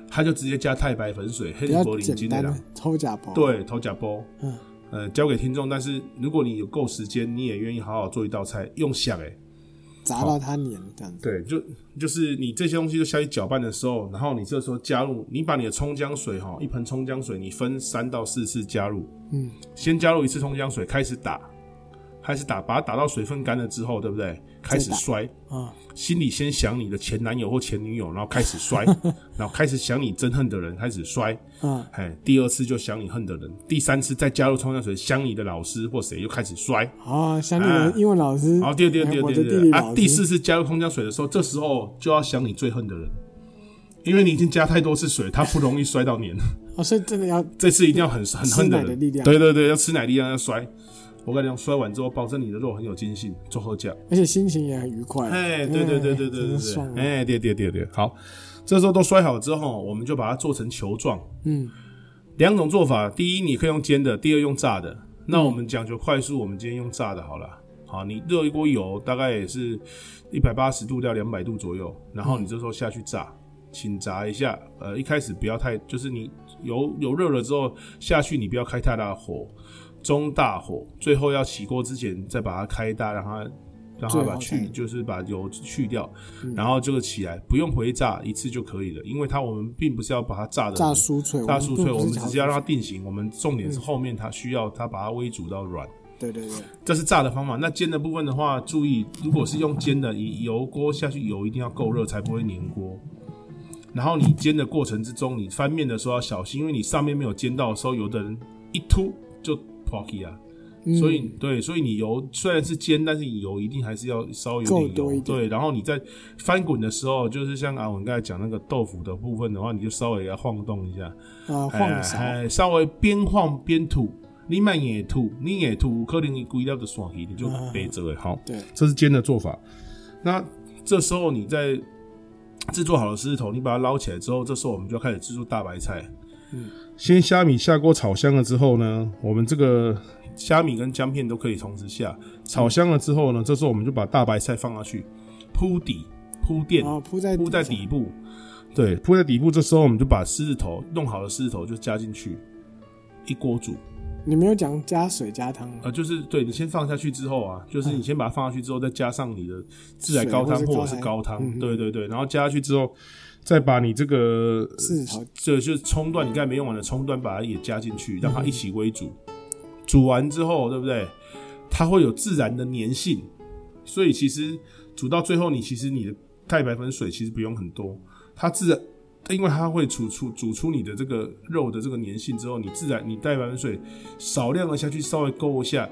[SPEAKER 1] 他就直接加太白粉水、黑
[SPEAKER 2] 比
[SPEAKER 1] 林
[SPEAKER 2] 较
[SPEAKER 1] 柏林
[SPEAKER 2] 简
[SPEAKER 1] 金那
[SPEAKER 2] 单
[SPEAKER 1] 两
[SPEAKER 2] 的，抽假包，，
[SPEAKER 1] 对，头甲包，
[SPEAKER 2] 嗯，
[SPEAKER 1] 呃，交给听众。但是如果你有够时间，你也愿意好好做一道菜，用想哎、
[SPEAKER 2] 砸到它黏这样子，
[SPEAKER 1] 对，就就是你这些东西就下去搅拌的时候，然后你这时候加入，你把你的葱姜水哈，一盆葱姜水，你分三到四次加入，
[SPEAKER 2] 嗯，
[SPEAKER 1] 先加入一次葱姜水，开始打，开始打，把它打到水分干了之后，对不对？开始
[SPEAKER 2] 再打
[SPEAKER 1] 摔，
[SPEAKER 2] 啊，
[SPEAKER 1] 心里先想你的前男友或前女友，然后开始 摔，然后开始想你憎恨的人，开始摔，
[SPEAKER 2] 嗯，
[SPEAKER 1] 哎，第二次就想你恨的人，第三次再加入冲浪水想你的老师或谁又开始摔，
[SPEAKER 2] 哦，想你
[SPEAKER 1] 哎
[SPEAKER 2] 的英文老师，
[SPEAKER 1] 然后第二、第二、
[SPEAKER 2] 哎
[SPEAKER 1] 第二、
[SPEAKER 2] 我
[SPEAKER 1] 第
[SPEAKER 2] 的
[SPEAKER 1] 二
[SPEAKER 2] 地
[SPEAKER 1] 第
[SPEAKER 2] 理
[SPEAKER 1] 二
[SPEAKER 2] 老
[SPEAKER 1] 啊，
[SPEAKER 2] 师
[SPEAKER 1] 第四次加入空降水的时候，这时候就要想你最恨的人，因为你已经加太多次水，它不容易摔到你了。
[SPEAKER 2] 哦，所以真的要
[SPEAKER 1] 这次一定要很很恨
[SPEAKER 2] 吃奶的
[SPEAKER 1] 人，
[SPEAKER 2] 力量
[SPEAKER 1] 对对对，要吃奶力量要摔。我跟你讲，摔完之后，保证你的肉很有筋性，做后架。
[SPEAKER 2] 而且心情也很愉快。
[SPEAKER 1] 哎，对对对对对对
[SPEAKER 2] 真
[SPEAKER 1] 对
[SPEAKER 2] 是爽啊
[SPEAKER 1] 对，哎，对对对对，好，这时候都摔好之后，我们就把它做成球状。
[SPEAKER 2] 嗯，
[SPEAKER 1] 两种做法，第一你可以用煎的，第二用炸的。那我们讲究快速，我们今天用炸的好了。好，你热一锅油，大概也是一百八十度到两百度左右，然
[SPEAKER 2] 嗯
[SPEAKER 1] 后你这时候下去炸，请炸一下。呃，一开始不要太，就是你油油热了之后下去，你不要开太大的火，中大火，最后要起锅之前再把它开大，让它让它
[SPEAKER 2] 最
[SPEAKER 1] 把
[SPEAKER 2] 好
[SPEAKER 1] 去
[SPEAKER 2] 再嗯
[SPEAKER 1] 就是把油去掉，然后这个起来不用回炸一次就可以了，因为它我们并不是要把它炸的
[SPEAKER 2] 炸酥脆，
[SPEAKER 1] 大酥脆，我
[SPEAKER 2] 我
[SPEAKER 1] 们
[SPEAKER 2] 并不
[SPEAKER 1] 只是
[SPEAKER 2] 是想嗯
[SPEAKER 1] 要让它定型，我们重点是后面它需要它把它微煮到软，
[SPEAKER 2] 对对对，
[SPEAKER 1] 这是炸的方法。那煎的部分的话，注意，如果是用煎的，以油锅下去，油一定要够热，才不会粘锅。然后你煎的过程之中，你翻面的时候要小心，因为你上面没有煎到的时候，有的人一突就破皮啊。
[SPEAKER 2] 嗯
[SPEAKER 1] 所以对，所以你油虽然是煎，但是你油一定还是要稍微有
[SPEAKER 2] 够
[SPEAKER 1] 点油。
[SPEAKER 2] 多一点
[SPEAKER 1] 对，然后你在翻滚的时候，就是像阿文刚才讲那个豆腐的部分的话，你就稍微给它晃动一下。
[SPEAKER 2] 啊晃勺，
[SPEAKER 1] 哎，稍微边晃边吐，你慢也吐，你也吐，有可能你规到就爽去，你就背着了。好，
[SPEAKER 2] 哦对，
[SPEAKER 1] 这是煎的做法。那这时候你在制作好了狮子头，你把它捞起来之后，这时候我们就要开始制作大白菜。
[SPEAKER 2] 嗯，
[SPEAKER 1] 先虾米下锅炒香了之后呢，我们这个虾米跟姜片都可以同时下。炒香了之后呢，这时候我们就把大白菜放下去，铺底铺垫，
[SPEAKER 2] 然后哦铺在
[SPEAKER 1] 铺在
[SPEAKER 2] 上
[SPEAKER 1] 底部，对，铺在底部。这时候我们就把狮子头弄好的狮子头就加进去，一锅煮。
[SPEAKER 2] 你没有讲加水加汤吗？
[SPEAKER 1] 呃，就是对你先放下去之后啊，就是你先把它放下去之后，再加上你的自来
[SPEAKER 2] 嗯水
[SPEAKER 1] 高汤
[SPEAKER 2] 或是
[SPEAKER 1] 或者
[SPEAKER 2] 高
[SPEAKER 1] 是
[SPEAKER 2] 汤
[SPEAKER 1] 高汤，
[SPEAKER 2] 嗯哼
[SPEAKER 1] 对对对，然后加下去之后，再把你这个
[SPEAKER 2] 是好，
[SPEAKER 1] 这就是葱段，你刚才没用完的葱段，把它也加进去，让
[SPEAKER 2] 嗯
[SPEAKER 1] 它一起微煮。煮完之后，对不对？它会有自然的粘性，所以其实煮到最后，你其实你的太白粉水其实不用很多，它自然，因为它会煮出煮出你的这个肉的这个粘性之后，你自然你太白粉水少量的下去稍微勾一下，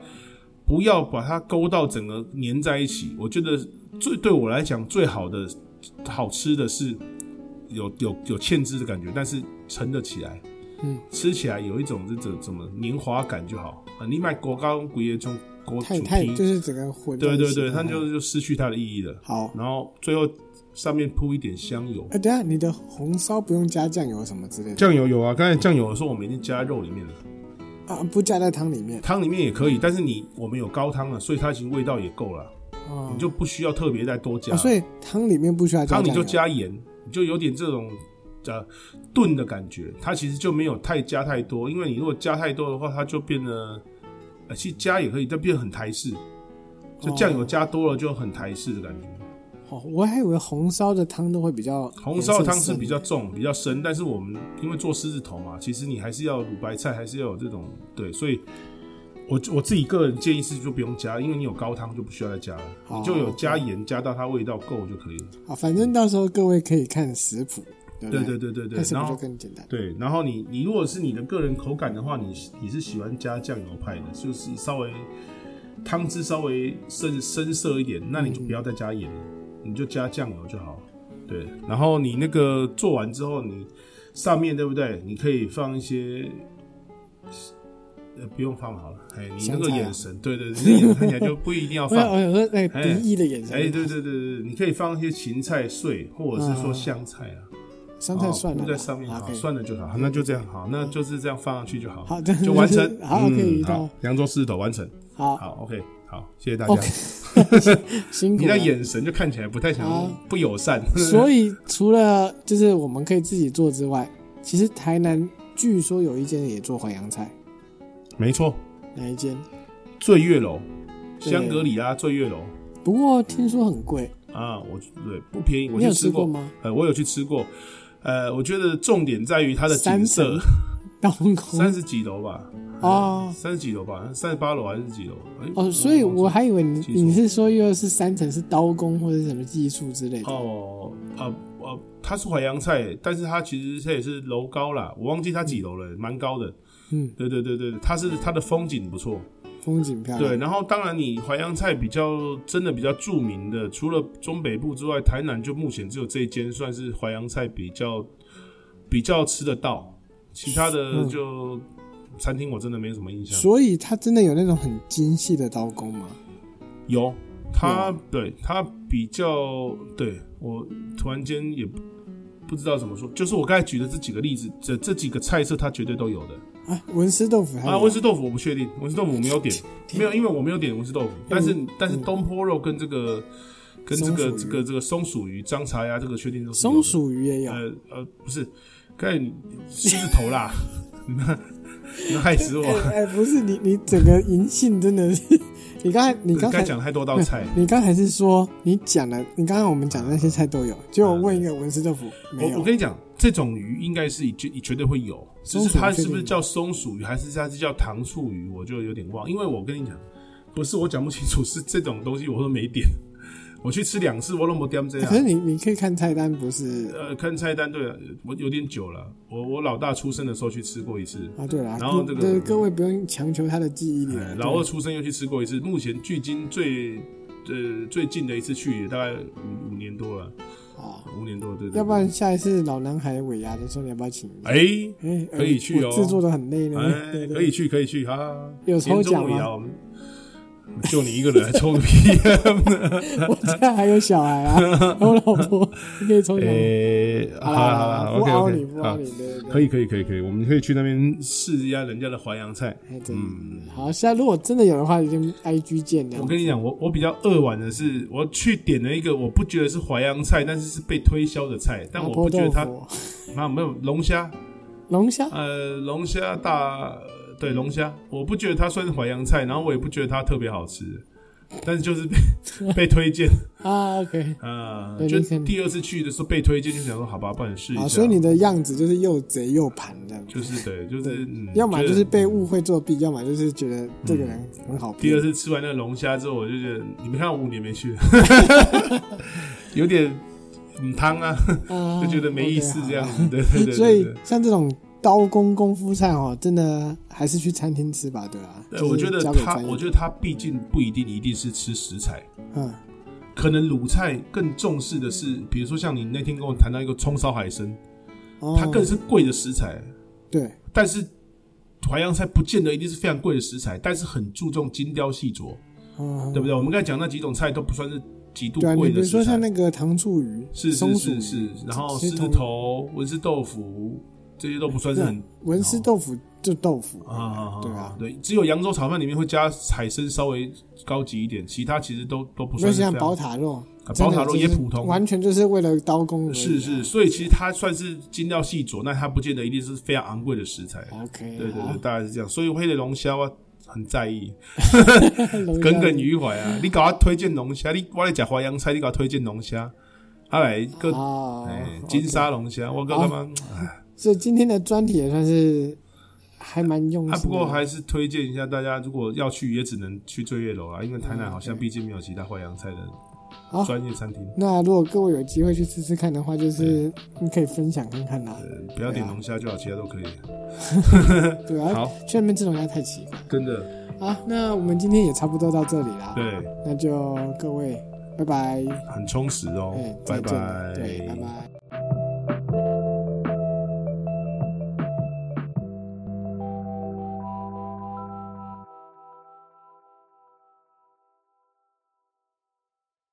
[SPEAKER 1] 不要把它勾到整个粘在一起。我觉得最对我来讲最好的好吃的是有有有芡汁的感觉，但是撑得起来，
[SPEAKER 2] 嗯，
[SPEAKER 1] 吃起来有一种这种怎么黏滑感就好啊。你买国高贵的这种国
[SPEAKER 2] 太
[SPEAKER 1] 主
[SPEAKER 2] 太
[SPEAKER 1] 题，
[SPEAKER 2] 就是整个混在
[SPEAKER 1] 对
[SPEAKER 2] 一起
[SPEAKER 1] 对
[SPEAKER 2] 的。
[SPEAKER 1] 对，它就就失去它的意义了。
[SPEAKER 2] 好。
[SPEAKER 1] 然后最后上面铺一点香油，
[SPEAKER 2] 哎、等一下你的红烧不用加酱油什么之类的
[SPEAKER 1] 酱油有啊，刚才酱油的时候我们已经加在肉里面了，
[SPEAKER 2] 啊，不加在汤里面
[SPEAKER 1] 汤里面也可以，但是你我们有高汤了，所以它其实味道也够了，
[SPEAKER 2] 啊
[SPEAKER 1] 你，就不需要特别再多加。
[SPEAKER 2] 啊，所以汤里面不需要加
[SPEAKER 1] 汤
[SPEAKER 2] 酱
[SPEAKER 1] 你
[SPEAKER 2] 油，
[SPEAKER 1] 就哦加盐，你就有点这种呃炖的感觉，它其实就没有太加太多，因为你如果加太多的话，它就变得呃其实加也可以，但变得很台式，就
[SPEAKER 2] 哦
[SPEAKER 1] 酱油加多了就很台式的感觉。
[SPEAKER 2] 哦，我还以为红烧的汤都会比较
[SPEAKER 1] 红烧的汤
[SPEAKER 2] 颜色
[SPEAKER 1] 是
[SPEAKER 2] 深
[SPEAKER 1] 比较重、比较深，但是我们因为做狮子头嘛，其实你还是要卤白菜，还是要有这种对，所以我我自己个人建议是就不用加，因为你有高汤就不需要再加了，
[SPEAKER 2] 哦
[SPEAKER 1] 你就有加盐加到它味道够就可以了。
[SPEAKER 2] 啊，反正到时候各位可以看食谱，对不
[SPEAKER 1] 对
[SPEAKER 2] 对
[SPEAKER 1] 对对对对
[SPEAKER 2] 看，食
[SPEAKER 1] 然
[SPEAKER 2] 谱就
[SPEAKER 1] 后
[SPEAKER 2] 更简单。
[SPEAKER 1] 对，然后你你如果是你的个人口感的话，你你是喜欢加酱油派的，就是稍微汤汁稍微深深色一点，那你就不要再加盐了，你就加酱油就好。对，然后你那个做完之后，你上面对不对？你可以放一些。呃，不用放好了，哎，你那
[SPEAKER 2] 香
[SPEAKER 1] 个
[SPEAKER 2] 菜啊
[SPEAKER 1] 眼神，对对，你那眼神看起来就不一定要
[SPEAKER 2] 我
[SPEAKER 1] 放
[SPEAKER 2] 想，， 我想说那
[SPEAKER 1] 哎
[SPEAKER 2] 个敌意的眼神，
[SPEAKER 1] 哎，对对对对，你可以放一些芹菜碎，或者是说
[SPEAKER 2] 嗯
[SPEAKER 1] 香菜啊，
[SPEAKER 2] 香菜算
[SPEAKER 1] 哦
[SPEAKER 2] 了啦，
[SPEAKER 1] 铺在上面
[SPEAKER 2] 好
[SPEAKER 1] 好，
[SPEAKER 2] 可以嗯
[SPEAKER 1] 算了就好，那就这样好，那就是这样放上去就好，
[SPEAKER 2] 好这样
[SPEAKER 1] 就完成
[SPEAKER 2] 就，是 好可
[SPEAKER 1] 嗯
[SPEAKER 2] 以到
[SPEAKER 1] 好扬州狮子头完成，
[SPEAKER 2] 好，
[SPEAKER 1] 好，OK，好，谢谢大家
[SPEAKER 2] OK。辛 苦
[SPEAKER 1] 你那
[SPEAKER 2] 了。
[SPEAKER 1] 眼神就看起来不太想
[SPEAKER 2] 好
[SPEAKER 1] 不友 善，
[SPEAKER 2] 所以除了就是我们可以自己做之外，其实台南据说有一间也做淮扬菜，
[SPEAKER 1] 没错，
[SPEAKER 2] 哪一间？
[SPEAKER 1] 醉月楼，
[SPEAKER 2] 对
[SPEAKER 1] 香格里拉醉月楼
[SPEAKER 2] 不过听说很贵，
[SPEAKER 1] 啊，我对不便宜，我
[SPEAKER 2] 你有
[SPEAKER 1] 去
[SPEAKER 2] 吃
[SPEAKER 1] 吃
[SPEAKER 2] 过吗？
[SPEAKER 1] 呃，我有去吃过，呃，我觉得重点在于它的景
[SPEAKER 2] 三
[SPEAKER 1] 色
[SPEAKER 2] 层，嗯到空
[SPEAKER 1] 三十几楼吧，
[SPEAKER 2] 哦
[SPEAKER 1] 三十几楼吧，三十八楼还是几楼？哎
[SPEAKER 2] 哦，所以我
[SPEAKER 1] 忘记
[SPEAKER 2] 还以为你
[SPEAKER 1] 技术
[SPEAKER 2] 你是说又是三层是刀工或者什么技术之类的。
[SPEAKER 1] 哦，呃呃，它是淮扬菜，但是它其实它也是楼高啦，我忘记它几楼了，蛮高的。
[SPEAKER 2] 嗯，
[SPEAKER 1] 对对对对，它是它的风景不错。
[SPEAKER 2] 风景漂亮。
[SPEAKER 1] 对，然后当然你淮扬菜比较真的比较著名的，除了中北部之外，台南就目前只有这一间算是淮扬菜比较比较吃得到，其他的
[SPEAKER 2] 嗯
[SPEAKER 1] 就、餐厅我真的没什么印象。
[SPEAKER 2] 所以它真的有那种很精细的刀工吗？
[SPEAKER 1] 有，他对他比较对我突然间也不不知道怎么说，就是我刚才举的这几个例子，这这几个菜色他绝对都有的
[SPEAKER 2] 啊，文思豆腐还有
[SPEAKER 1] 啊。文氏豆腐我不确定，文氏豆腐我没有点，没有，因为我没有点文氏豆腐，但是
[SPEAKER 2] 嗯
[SPEAKER 1] 但是东坡肉跟这个跟这个
[SPEAKER 2] 松鼠鱼
[SPEAKER 1] 这个这个松鼠鱼、章茶呀，这个确定都是有的
[SPEAKER 2] 松鼠鱼也有，
[SPEAKER 1] 呃呃不是，刚才你狮子头啦， 你们你们害死我，
[SPEAKER 2] 哎、哎不是你，你整个银杏真的是，你刚才你
[SPEAKER 1] 刚
[SPEAKER 2] 刚
[SPEAKER 1] 才
[SPEAKER 2] 才
[SPEAKER 1] 讲太多道菜。
[SPEAKER 2] 你刚才是说你讲了，你刚刚我们讲的那些菜都有，结果问一个文思豆腐没
[SPEAKER 1] 我我
[SPEAKER 2] 有，
[SPEAKER 1] 跟你讲，这种鱼应该是绝绝对会有，只
[SPEAKER 2] 松鼠
[SPEAKER 1] 是它
[SPEAKER 2] 确定
[SPEAKER 1] 是不是
[SPEAKER 2] 吗
[SPEAKER 1] 叫松鼠鱼，还是它是叫糖醋鱼，我就有点忘。因为我跟你讲，不是我讲不清楚，是这种东西我都没点。我去吃两次，我都没点这
[SPEAKER 2] 哎可是
[SPEAKER 1] 样。
[SPEAKER 2] 你你可以看菜单，不是
[SPEAKER 1] 呃，看菜单，对了，我有点久了。我我老大出生的时候去吃过一次，
[SPEAKER 2] 啊？对了，
[SPEAKER 1] 然后这
[SPEAKER 2] 各
[SPEAKER 1] 个
[SPEAKER 2] 对各位不用强求他的记忆力了
[SPEAKER 1] 哎，
[SPEAKER 2] 对
[SPEAKER 1] 老二出生又去吃过一次。目前距今最呃最近的一次去，也大概五五年多了，
[SPEAKER 2] 啊，
[SPEAKER 1] 五年多对。对
[SPEAKER 2] 要不然下一次老男孩尾牙的时候，你要不要请一下？
[SPEAKER 1] 哎
[SPEAKER 2] 哎，
[SPEAKER 1] 可以去哦
[SPEAKER 2] 我制作的很累呢，
[SPEAKER 1] 哎
[SPEAKER 2] 对，对
[SPEAKER 1] 可以去可以去，哈哈。
[SPEAKER 2] 有抽
[SPEAKER 1] 年终
[SPEAKER 2] 奖
[SPEAKER 1] 尾牙
[SPEAKER 2] 吗？
[SPEAKER 1] 我们就你一个人还抽个屁！
[SPEAKER 2] 我家还有小 孩啊，我老婆你可以抽奖吗。
[SPEAKER 1] 诶，哎
[SPEAKER 2] 呃
[SPEAKER 1] 好了好了
[SPEAKER 2] 不
[SPEAKER 1] ，OK
[SPEAKER 2] 凹你，不
[SPEAKER 1] OK，
[SPEAKER 2] 凹
[SPEAKER 1] 好
[SPEAKER 2] 你，，对对对，
[SPEAKER 1] 可以可以可以可以，我们可以去那边试一下人家的淮扬菜。
[SPEAKER 2] 哎，对，
[SPEAKER 1] 嗯
[SPEAKER 2] 好，现在如果真的有的话，已经 IG 见了
[SPEAKER 1] 我。跟你讲，我我比较扼腕的是，我去点了一个我不觉得是淮扬菜，但是是被推销的菜，但
[SPEAKER 2] 麻
[SPEAKER 1] 我
[SPEAKER 2] 婆
[SPEAKER 1] 不觉得
[SPEAKER 2] 豆
[SPEAKER 1] 它
[SPEAKER 2] 腐、
[SPEAKER 1] 啊没有龙虾，
[SPEAKER 2] 龙虾，
[SPEAKER 1] 呃，龙虾大对龙虾，我不觉得它算是淮扬菜，然后我也不觉得它特别好吃，但是就是被 被推荐。
[SPEAKER 2] 啊，OK，
[SPEAKER 1] 呃，
[SPEAKER 2] 对
[SPEAKER 1] 就
[SPEAKER 2] 你可能
[SPEAKER 1] 第二次去的时候被推荐，就想说好吧，帮你试一
[SPEAKER 2] 好，
[SPEAKER 1] 下。
[SPEAKER 2] 所以你的样子就是又贼又盘这样，
[SPEAKER 1] 就是对，就是嗯，
[SPEAKER 2] 要么就
[SPEAKER 1] 觉
[SPEAKER 2] 是
[SPEAKER 1] 得
[SPEAKER 2] 被误会作弊，要么就是觉得这个人很好
[SPEAKER 1] 第
[SPEAKER 2] 骗
[SPEAKER 1] 二。次吃完那个龙虾之后，我就觉得你们看我五年没 去了，有点嗯汤啊，
[SPEAKER 2] 啊
[SPEAKER 1] 就觉得没意思这样。子。对对对对，
[SPEAKER 2] 哦所以
[SPEAKER 1] 对
[SPEAKER 2] 像这种刀工功夫菜哦，真的还是去餐厅吃吧，对吧、
[SPEAKER 1] 对，
[SPEAKER 2] 就是
[SPEAKER 1] 呃我觉得
[SPEAKER 2] 交给
[SPEAKER 1] 他，
[SPEAKER 2] 专业
[SPEAKER 1] 我觉得他毕竟不一定一定是吃食材，
[SPEAKER 2] 嗯，
[SPEAKER 1] 可能鲁菜更重视的是，比如说像你那天跟我谈到一个葱烧海参，
[SPEAKER 2] 哦
[SPEAKER 1] 它更是贵的食材，
[SPEAKER 2] 对，
[SPEAKER 1] 但是淮扬菜不见得一定是非常贵的食材，但是很注重精雕细琢，
[SPEAKER 2] 嗯，
[SPEAKER 1] 对不对？我们刚才讲那几种菜都不算是极度
[SPEAKER 2] 对啊，你
[SPEAKER 1] 贵
[SPEAKER 2] 比
[SPEAKER 1] 的
[SPEAKER 2] 如说
[SPEAKER 1] 食材
[SPEAKER 2] 像，那个糖醋鱼、
[SPEAKER 1] 是
[SPEAKER 2] 松
[SPEAKER 1] 是
[SPEAKER 2] 鼠鱼
[SPEAKER 1] 是是，然后
[SPEAKER 2] 其
[SPEAKER 1] 狮
[SPEAKER 2] 实
[SPEAKER 1] 子
[SPEAKER 2] 同
[SPEAKER 1] 头、文氏豆腐这些都不算是很
[SPEAKER 2] 对文思豆腐就豆腐
[SPEAKER 1] 啊啊啊，
[SPEAKER 2] 对
[SPEAKER 1] 啊
[SPEAKER 2] 啊，，
[SPEAKER 1] 对，只有扬州炒饭里面会加海参稍微高级一点，其他其实都都不
[SPEAKER 2] 没有
[SPEAKER 1] 算是
[SPEAKER 2] 像
[SPEAKER 1] 非常
[SPEAKER 2] 宝塔肉，
[SPEAKER 1] 啊
[SPEAKER 2] 真
[SPEAKER 1] 宝
[SPEAKER 2] 的
[SPEAKER 1] 塔肉
[SPEAKER 2] 就
[SPEAKER 1] 也
[SPEAKER 2] 是
[SPEAKER 1] 普通，
[SPEAKER 2] 完全就是为了刀工而已啊。
[SPEAKER 1] 是是，所以其实它算是精雕细琢，那它不见得一定是非常昂贵的食材。
[SPEAKER 2] ，OK，
[SPEAKER 1] 对对
[SPEAKER 2] 好
[SPEAKER 1] 对，大概是这样。所以黑的龙虾啊，很在意，
[SPEAKER 2] 龙虾
[SPEAKER 1] 耿耿于怀啊。你搞他推荐龙虾，你我来讲淮扬菜，你搞推荐龙虾，他来个
[SPEAKER 2] 哦
[SPEAKER 1] 哎，
[SPEAKER 2] OK
[SPEAKER 1] 金沙龙虾，我搞干嘛？哎，
[SPEAKER 2] 所以今天的专题也算是还蛮用心
[SPEAKER 1] 啊，
[SPEAKER 2] 的。
[SPEAKER 1] 不过还是推荐一下大家，如果要去也只能去醉月楼啊，因为台南好像毕竟没有其他淮扬菜的
[SPEAKER 2] 好
[SPEAKER 1] 专业餐厅。
[SPEAKER 2] 那如果各位有机会去吃吃看的话，就是你可以分享看看啦，
[SPEAKER 1] 呃不要点龙虾就好，其他都可以。
[SPEAKER 2] 啊对吧、
[SPEAKER 1] 好
[SPEAKER 2] 去那边吃龙虾太奇怪。
[SPEAKER 1] 真的，
[SPEAKER 2] 好，那我们今天也差不多到这里啦。
[SPEAKER 1] 对，
[SPEAKER 2] 那就各位，拜拜。
[SPEAKER 1] 很充实哦
[SPEAKER 2] 哎，。
[SPEAKER 1] 拜
[SPEAKER 2] 再见
[SPEAKER 1] 拜
[SPEAKER 2] 了，对，拜拜。